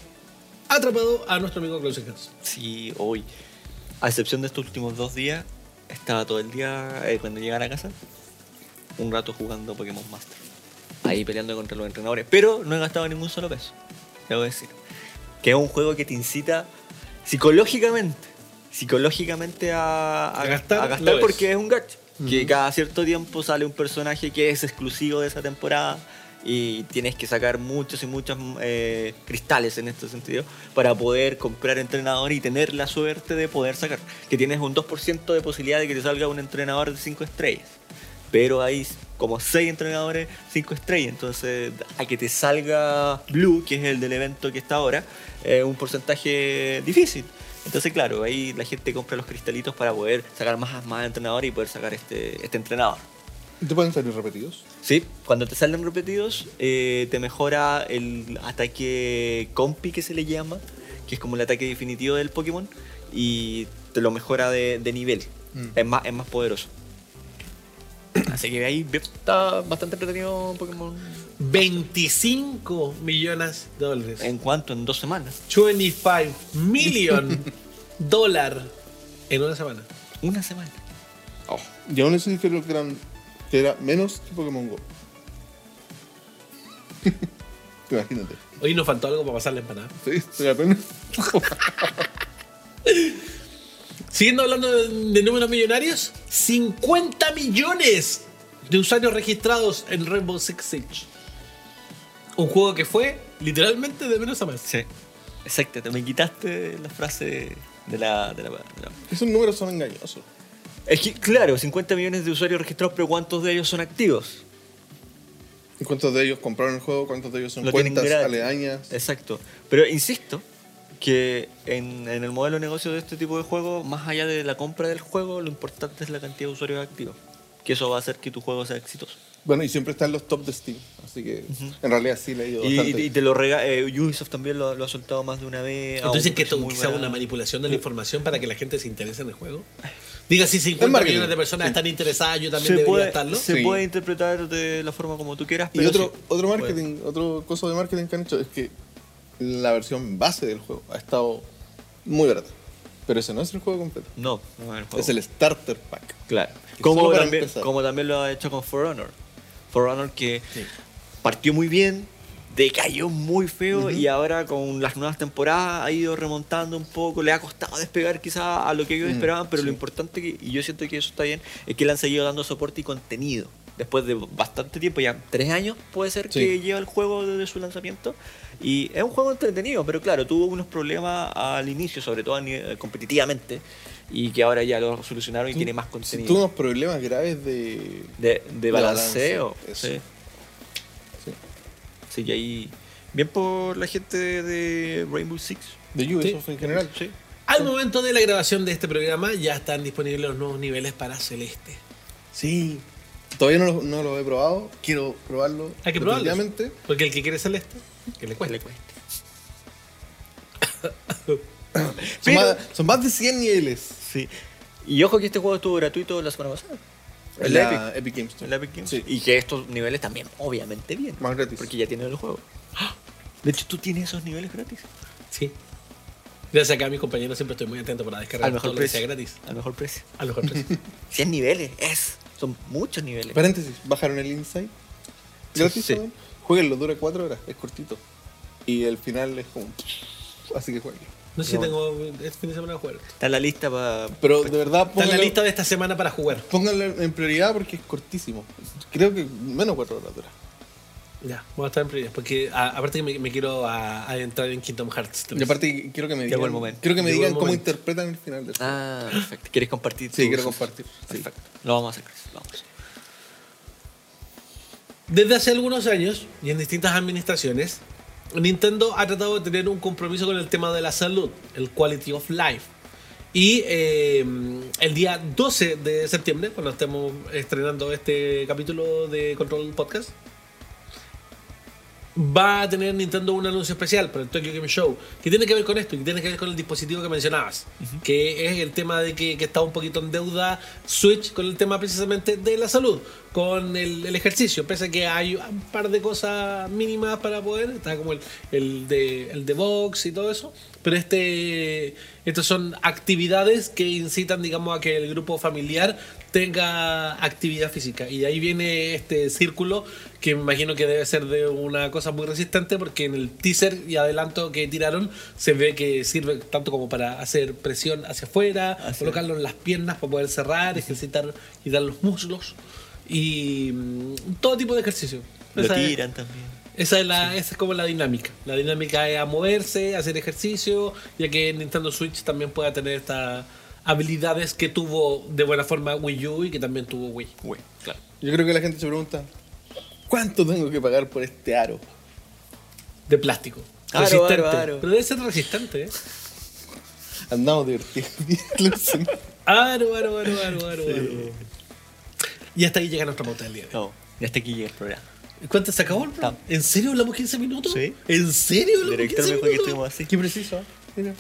[SPEAKER 4] atrapado a nuestro amigo Klaus Hans.
[SPEAKER 3] Sí, hoy. A excepción de estos últimos dos días, estaba todo el día eh, cuando llegara a casa, un rato jugando Pokémon Master. Ahí peleando contra los entrenadores. Pero no he gastado ningún solo peso. Debo decir. Que es un juego que te incita psicológicamente. Psicológicamente a, a-
[SPEAKER 4] A gastar,
[SPEAKER 3] a
[SPEAKER 4] lo es.
[SPEAKER 3] porque es un gacha. Que cada cierto tiempo sale un personaje que es exclusivo de esa temporada y tienes que sacar muchos y muchos eh, cristales en este sentido para poder comprar entrenador y tener la suerte de poder sacar. Que tienes un 2% de posibilidad de que te salga un entrenador de 5 estrellas. Pero hay como 6 entrenadores 5 estrellas. Entonces, a que te salga Blue, que es el del evento que está ahora, es un porcentaje difícil. Entonces, claro, ahí la gente compra los cristalitos para poder sacar más, más entrenadores y poder sacar este, este entrenador.
[SPEAKER 2] ¿Te pueden salir repetidos?
[SPEAKER 3] Sí, cuando te salen repetidos, eh, te mejora el ataque compi que se le llama, que es como el ataque definitivo del Pokémon, y te lo mejora de, de nivel.
[SPEAKER 2] Mm.
[SPEAKER 3] Es, más, es más poderoso. *coughs* Así que ahí ve- está bastante entretenido Pokémon.
[SPEAKER 4] 25 millones de dólares.
[SPEAKER 3] ¿En cuanto En dos semanas.
[SPEAKER 4] 25 million dólar en una semana.
[SPEAKER 3] Una semana. Oh.
[SPEAKER 2] Y aún así creo que, eran, que era menos que Pokémon Go. *laughs* Imagínate.
[SPEAKER 4] Hoy nos faltó algo para pasar la empanada.
[SPEAKER 2] Sí, estoy apenas.
[SPEAKER 4] Siguiendo hablando de, de números millonarios, 50 millones de usuarios registrados en Rainbow Six Siege. Un juego que fue literalmente de menos a más.
[SPEAKER 3] Sí. Exacto, te me quitaste la frase de la- de la- de la
[SPEAKER 2] Esos números son engañosos.
[SPEAKER 3] Es que, claro, 50 millones de usuarios registrados, pero ¿cuántos de ellos son activos?
[SPEAKER 2] ¿Y cuántos de ellos compraron el juego? ¿Cuántos de ellos son
[SPEAKER 3] Lo tienen
[SPEAKER 2] cuentas
[SPEAKER 3] gratis.
[SPEAKER 2] aledañas?
[SPEAKER 3] Exacto. Pero insisto que en, en el modelo de negocio de este tipo de juegos, más allá de la compra del juego, lo importante es la cantidad de usuarios activos. Que eso va a hacer que tu juego sea exitoso.
[SPEAKER 2] Bueno, y siempre están los top de Steam. Así que en realidad sí le ha ido
[SPEAKER 3] Y,
[SPEAKER 2] bastante.
[SPEAKER 3] y te lo rega eh, Ubisoft también lo, lo ha soltado más de una vez. a un
[SPEAKER 4] Entonces, que
[SPEAKER 3] precio
[SPEAKER 4] esto
[SPEAKER 3] muy Mm.
[SPEAKER 4] quizá una
[SPEAKER 3] barato.
[SPEAKER 4] manipulación de la información para que la gente se interese en el juego. Diga, si 50
[SPEAKER 2] marketing.
[SPEAKER 4] millones de personas están interesadas, yo también
[SPEAKER 3] se
[SPEAKER 4] debería
[SPEAKER 3] puede,
[SPEAKER 4] estarlo.
[SPEAKER 3] se
[SPEAKER 2] Sí.
[SPEAKER 3] puede interpretar de la forma como tú quieras,
[SPEAKER 2] Y
[SPEAKER 3] pero
[SPEAKER 2] otro,
[SPEAKER 3] sí.
[SPEAKER 2] otro marketing, otro cosa de marketing que han hecho es que la versión base del juego ha estado muy barata. Pero ese no es el juego completo.
[SPEAKER 3] no, no es el juego.
[SPEAKER 2] Es el starter pack.
[SPEAKER 3] Claro.
[SPEAKER 2] Que
[SPEAKER 3] Como
[SPEAKER 2] solo para
[SPEAKER 3] también,
[SPEAKER 2] empezar.
[SPEAKER 3] como también lo ha hecho con For Honor. For Honor que partió muy bien, decayó muy feo y ahora con las nuevas temporadas ha ido remontando un poco. Le ha costado despegar quizá a lo que ellos
[SPEAKER 2] Mm,
[SPEAKER 3] esperaban, pero lo
[SPEAKER 2] sí.
[SPEAKER 3] importante, que, y yo siento que eso está bien, es que le han seguido dando soporte y contenido. Después de bastante tiempo, ya tres años puede ser
[SPEAKER 2] Sí.
[SPEAKER 3] que lleva el juego desde su lanzamiento. Y es un juego entretenido, pero claro, tuvo unos problemas al inicio, sobre todo a nivel- competitivamente, y que ahora ya lo solucionaron y tiene más contenido.
[SPEAKER 2] Tuvo unos problemas graves de.
[SPEAKER 3] De, de
[SPEAKER 2] De
[SPEAKER 3] balanceo.
[SPEAKER 2] balance, eso.
[SPEAKER 3] sí.
[SPEAKER 2] Sí.
[SPEAKER 3] Sí, y ahí. Bien por la gente de Rainbow Six.
[SPEAKER 2] de Ubisoft en general.
[SPEAKER 3] Sí.
[SPEAKER 4] Al momento de la grabación de este programa, ya están disponibles los nuevos niveles para Celeste.
[SPEAKER 2] Sí. Todavía no lo, no lo he probado. Quiero probarlo.
[SPEAKER 4] Hay que probarlos.
[SPEAKER 2] definitivamente.
[SPEAKER 4] Porque el que quiere Celeste, que le
[SPEAKER 3] Que
[SPEAKER 4] cueste.
[SPEAKER 3] le cueste.
[SPEAKER 2] Son,
[SPEAKER 3] Pero-
[SPEAKER 2] más, son más de 100 niveles.
[SPEAKER 3] Sí. Y ojo que este juego estuvo gratuito la semana pasada.
[SPEAKER 2] en
[SPEAKER 3] El
[SPEAKER 2] la
[SPEAKER 3] Epic.
[SPEAKER 2] Epic Games Store.
[SPEAKER 3] El Epic Games.
[SPEAKER 2] Sí.
[SPEAKER 3] Y que estos niveles también, obviamente, bien.
[SPEAKER 2] Más gratis.
[SPEAKER 3] Porque ya tienen el juego. ¡Ah! De hecho, tú tienes esos niveles gratis.
[SPEAKER 4] Sí. Gracias acá a mis compañeros siempre estoy muy atento para descargar
[SPEAKER 3] Al mejor
[SPEAKER 4] todo lo que sea
[SPEAKER 3] precio.
[SPEAKER 4] gratis.
[SPEAKER 3] Al mejor precio.
[SPEAKER 4] Al mejor precio.
[SPEAKER 3] 100 niveles, es. Son muchos niveles.
[SPEAKER 2] Paréntesis, bajaron el Inside. Gratis.
[SPEAKER 3] Sí.
[SPEAKER 2] también. Jueguenlo, dura 4 horas, es cortito. Y el final es como. Así que jueguen.
[SPEAKER 4] No
[SPEAKER 2] *laughs*
[SPEAKER 4] sé si tengo. Este fin de semana voy a jugar.
[SPEAKER 3] Está en la lista para.
[SPEAKER 2] Pero de verdad,
[SPEAKER 4] Está en la
[SPEAKER 2] pónganlo-
[SPEAKER 4] lista de esta semana para jugar.
[SPEAKER 2] pónganlo en prioridad porque es cortísimo. Creo que menos cuatro horas dura.
[SPEAKER 4] Ya, voy a estar en prioridad. Porque a- aparte que me, me quiero a- adentrar en Kingdom Hearts 3.
[SPEAKER 2] Y aparte, quiero que me
[SPEAKER 3] Llegó
[SPEAKER 2] digan,
[SPEAKER 3] el momento.
[SPEAKER 2] Quiero que me
[SPEAKER 4] Llegó el
[SPEAKER 2] digan cómo
[SPEAKER 4] momento.
[SPEAKER 2] interpretan el final del juego.
[SPEAKER 3] Ah, perfecto. ¿Quieres compartir?
[SPEAKER 2] Sí,
[SPEAKER 3] tu-
[SPEAKER 2] quiero compartir. Sí.
[SPEAKER 3] Perfecto. Lo vamos a hacer, Chris, lo vamos a hacer.
[SPEAKER 4] Desde hace algunos años y en distintas administraciones, Nintendo ha tratado de tener un compromiso con el tema de la salud, el quality of life. Y eh, el día 12 de septiembre, cuando estemos estrenando este capítulo de Control Podcast, va a tener Nintendo un anuncio especial para el Tokyo Game Show, que tiene que ver con esto, y que tiene que ver con el dispositivo que mencionabas, que es el tema de que, que está un poquito en deuda Switch con el tema precisamente de la salud, con el, el ejercicio, pese a que hay un par de cosas mínimas para poder, está como el, el, de, el de box y todo eso, pero este, estas son actividades que incitan, digamos, a que el grupo familiar tenga actividad física. Y de ahí viene este círculo que me imagino que debe ser de una cosa muy resistente porque en el teaser y adelanto que tiraron se ve que sirve tanto como para hacer presión hacia afuera, colocarlo en las piernas para poder cerrar, ejercitar y dar los muslos y mm, todo tipo de ejercicio.
[SPEAKER 3] Lo
[SPEAKER 4] Esa es-
[SPEAKER 3] tiran también.
[SPEAKER 4] esa es, la, esa es como la dinámica. La dinámica es a moverse, a hacer ejercicio, ya que Nintendo Switch también pueda tener estas habilidades que tuvo de buena forma Wii U y que también tuvo Wii.
[SPEAKER 3] Güey, claro.
[SPEAKER 2] Yo creo que la gente se pregunta, ¿cuánto tengo que pagar por este aro?
[SPEAKER 4] De plástico.
[SPEAKER 3] Aro,
[SPEAKER 4] resistente.
[SPEAKER 3] aro, aro.
[SPEAKER 4] Pero debe ser resistente, ¿eh?
[SPEAKER 2] Andamos *laughs* divertidos. Lo sé.
[SPEAKER 4] Aro, aro, aro, aro, aro, aro. Y hasta ahí llega nuestra pauta del día. de hoy.
[SPEAKER 3] No, y hasta aquí llega el programa.
[SPEAKER 4] ¿Cuánto se acabó el programa? ¿En serio hablamos 15 minutos?
[SPEAKER 3] Sí.
[SPEAKER 4] ¿En serio
[SPEAKER 3] El
[SPEAKER 4] hablamos
[SPEAKER 3] director
[SPEAKER 4] 15
[SPEAKER 3] me dijo que
[SPEAKER 4] minutos?
[SPEAKER 3] estuvimos así.
[SPEAKER 2] Qué preciso. ¿eh? Mira.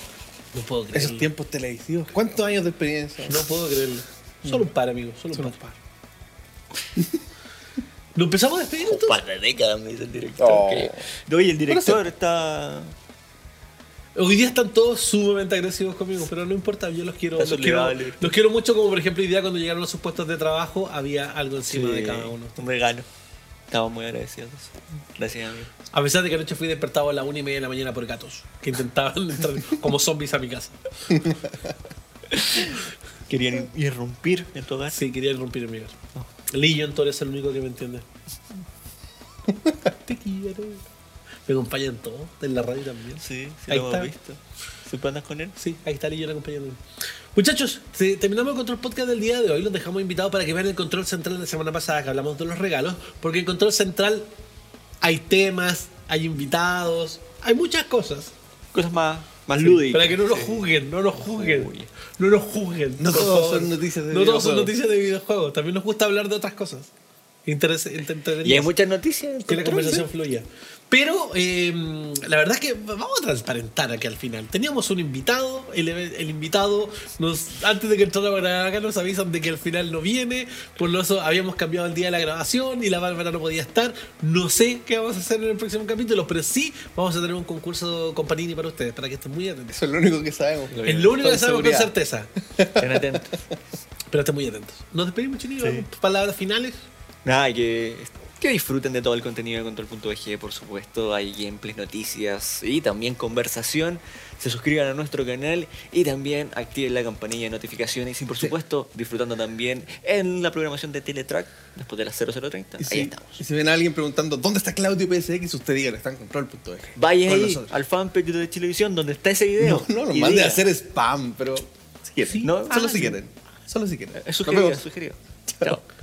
[SPEAKER 4] No puedo creerlo.
[SPEAKER 2] Esos tiempos televisivos. ¿Cuántos años de experiencia?
[SPEAKER 4] No puedo creerlo. Solo un par, amigo. Solo, un par. *laughs* ¿Lo empezamos a despedir
[SPEAKER 3] Un
[SPEAKER 4] entonces?
[SPEAKER 3] par de décadas, me dice el director.
[SPEAKER 2] Oh.
[SPEAKER 3] que- Oye, el director está.
[SPEAKER 4] Hoy día están todos sumamente agresivos conmigo, pero no importa, yo los quiero.
[SPEAKER 3] Eso
[SPEAKER 4] Los
[SPEAKER 3] le
[SPEAKER 4] quiero,
[SPEAKER 3] vale.
[SPEAKER 4] los quiero mucho, como por ejemplo, hoy día cuando llegaron a sus puestos de trabajo había algo encima de
[SPEAKER 3] Sí,
[SPEAKER 4] cada uno.
[SPEAKER 3] Un regalo. Estamos muy agradecidos. Gracias, amigo.
[SPEAKER 4] A pesar de que anoche fui despertado a las una y media de la mañana por gatos que intentaban *laughs* entrar como zombies a mi casa.
[SPEAKER 3] Querían irrumpir en tu hogar.
[SPEAKER 4] Sí, quería irrumpir en mi casa. Legion Tor es el único que me entiende. Te quiero. Me acompañan todos, en la radio también.
[SPEAKER 3] Sí, sí
[SPEAKER 4] Ahí
[SPEAKER 3] lo
[SPEAKER 4] está.
[SPEAKER 3] hemos visto. ¿Siempre andas con él?
[SPEAKER 4] Sí, ahí está Lillian acompañándome. Muchachos, te- terminamos el Control Podcast del día de hoy. Los dejamos invitados para que vean el Control Central de la semana pasada, que hablamos de los regalos, porque en Control Central hay temas, hay invitados, hay muchas cosas.
[SPEAKER 3] Cosas más, más lúdicas.
[SPEAKER 4] Para que no nos juzguen, no nos juzguen. No nos juzguen.
[SPEAKER 2] No
[SPEAKER 4] por
[SPEAKER 2] todos
[SPEAKER 4] favor.
[SPEAKER 2] son noticias de
[SPEAKER 4] No todos son
[SPEAKER 2] videojuegos.
[SPEAKER 4] noticias de videojuegos. También nos gusta hablar de otras cosas. Interés, inter-
[SPEAKER 3] Y hay
[SPEAKER 4] entretenidas
[SPEAKER 3] muchas noticias. en el
[SPEAKER 4] que la
[SPEAKER 3] control,
[SPEAKER 4] conversación
[SPEAKER 3] ¿sí?
[SPEAKER 4] fluya. Pero eh, la verdad es que vamos a transparentar aquí al final. Teníamos un invitado, el, el invitado nos antes de que entrara para acá nos avisan de que al final no viene, por lo eso habíamos cambiado el día de la grabación y la Bárbara no podía estar. No sé qué vamos a hacer en el próximo capítulo, pero sí vamos a tener un concurso con Panini para ustedes, para que estén muy atentos.
[SPEAKER 2] Eso es lo único que sabemos.
[SPEAKER 4] Es lo único
[SPEAKER 2] Con
[SPEAKER 4] que sabemos con
[SPEAKER 2] seguridad.
[SPEAKER 4] certeza,
[SPEAKER 3] Estén atentos.
[SPEAKER 4] pero estén muy atentos. Nos despedimos, chiquillos.
[SPEAKER 3] Sí.
[SPEAKER 4] Palabras finales.
[SPEAKER 3] Nada, que, que disfruten de todo el contenido de Control.bg, por supuesto. Hay gameplays, noticias y también conversación. Se suscriban a nuestro canal y también activen la campanilla de notificaciones. Y por supuesto, disfrutando también en la programación de Teletrack después de las 0030.
[SPEAKER 2] Y
[SPEAKER 3] Ahí
[SPEAKER 2] si,
[SPEAKER 3] estamos.
[SPEAKER 2] y si ven a alguien preguntando dónde está Claudio PSX, usted dígale, está en control.eje.
[SPEAKER 3] Vaya
[SPEAKER 2] Con
[SPEAKER 3] ahí
[SPEAKER 2] nosotros.
[SPEAKER 3] al fanpage de Televisión donde está
[SPEAKER 2] *laughs*
[SPEAKER 3] ese
[SPEAKER 2] No,
[SPEAKER 3] video.
[SPEAKER 2] no, lo
[SPEAKER 3] y
[SPEAKER 2] mande a
[SPEAKER 3] diga.
[SPEAKER 2] hacer spam, pero. Si quieren.
[SPEAKER 3] Sí.
[SPEAKER 2] No, solo
[SPEAKER 3] Ah,
[SPEAKER 2] si
[SPEAKER 3] sí.
[SPEAKER 2] quieren. Solo si quieren.
[SPEAKER 3] Es
[SPEAKER 2] Nos
[SPEAKER 3] sugerido,
[SPEAKER 2] vemos.
[SPEAKER 3] es sugerido. Chao.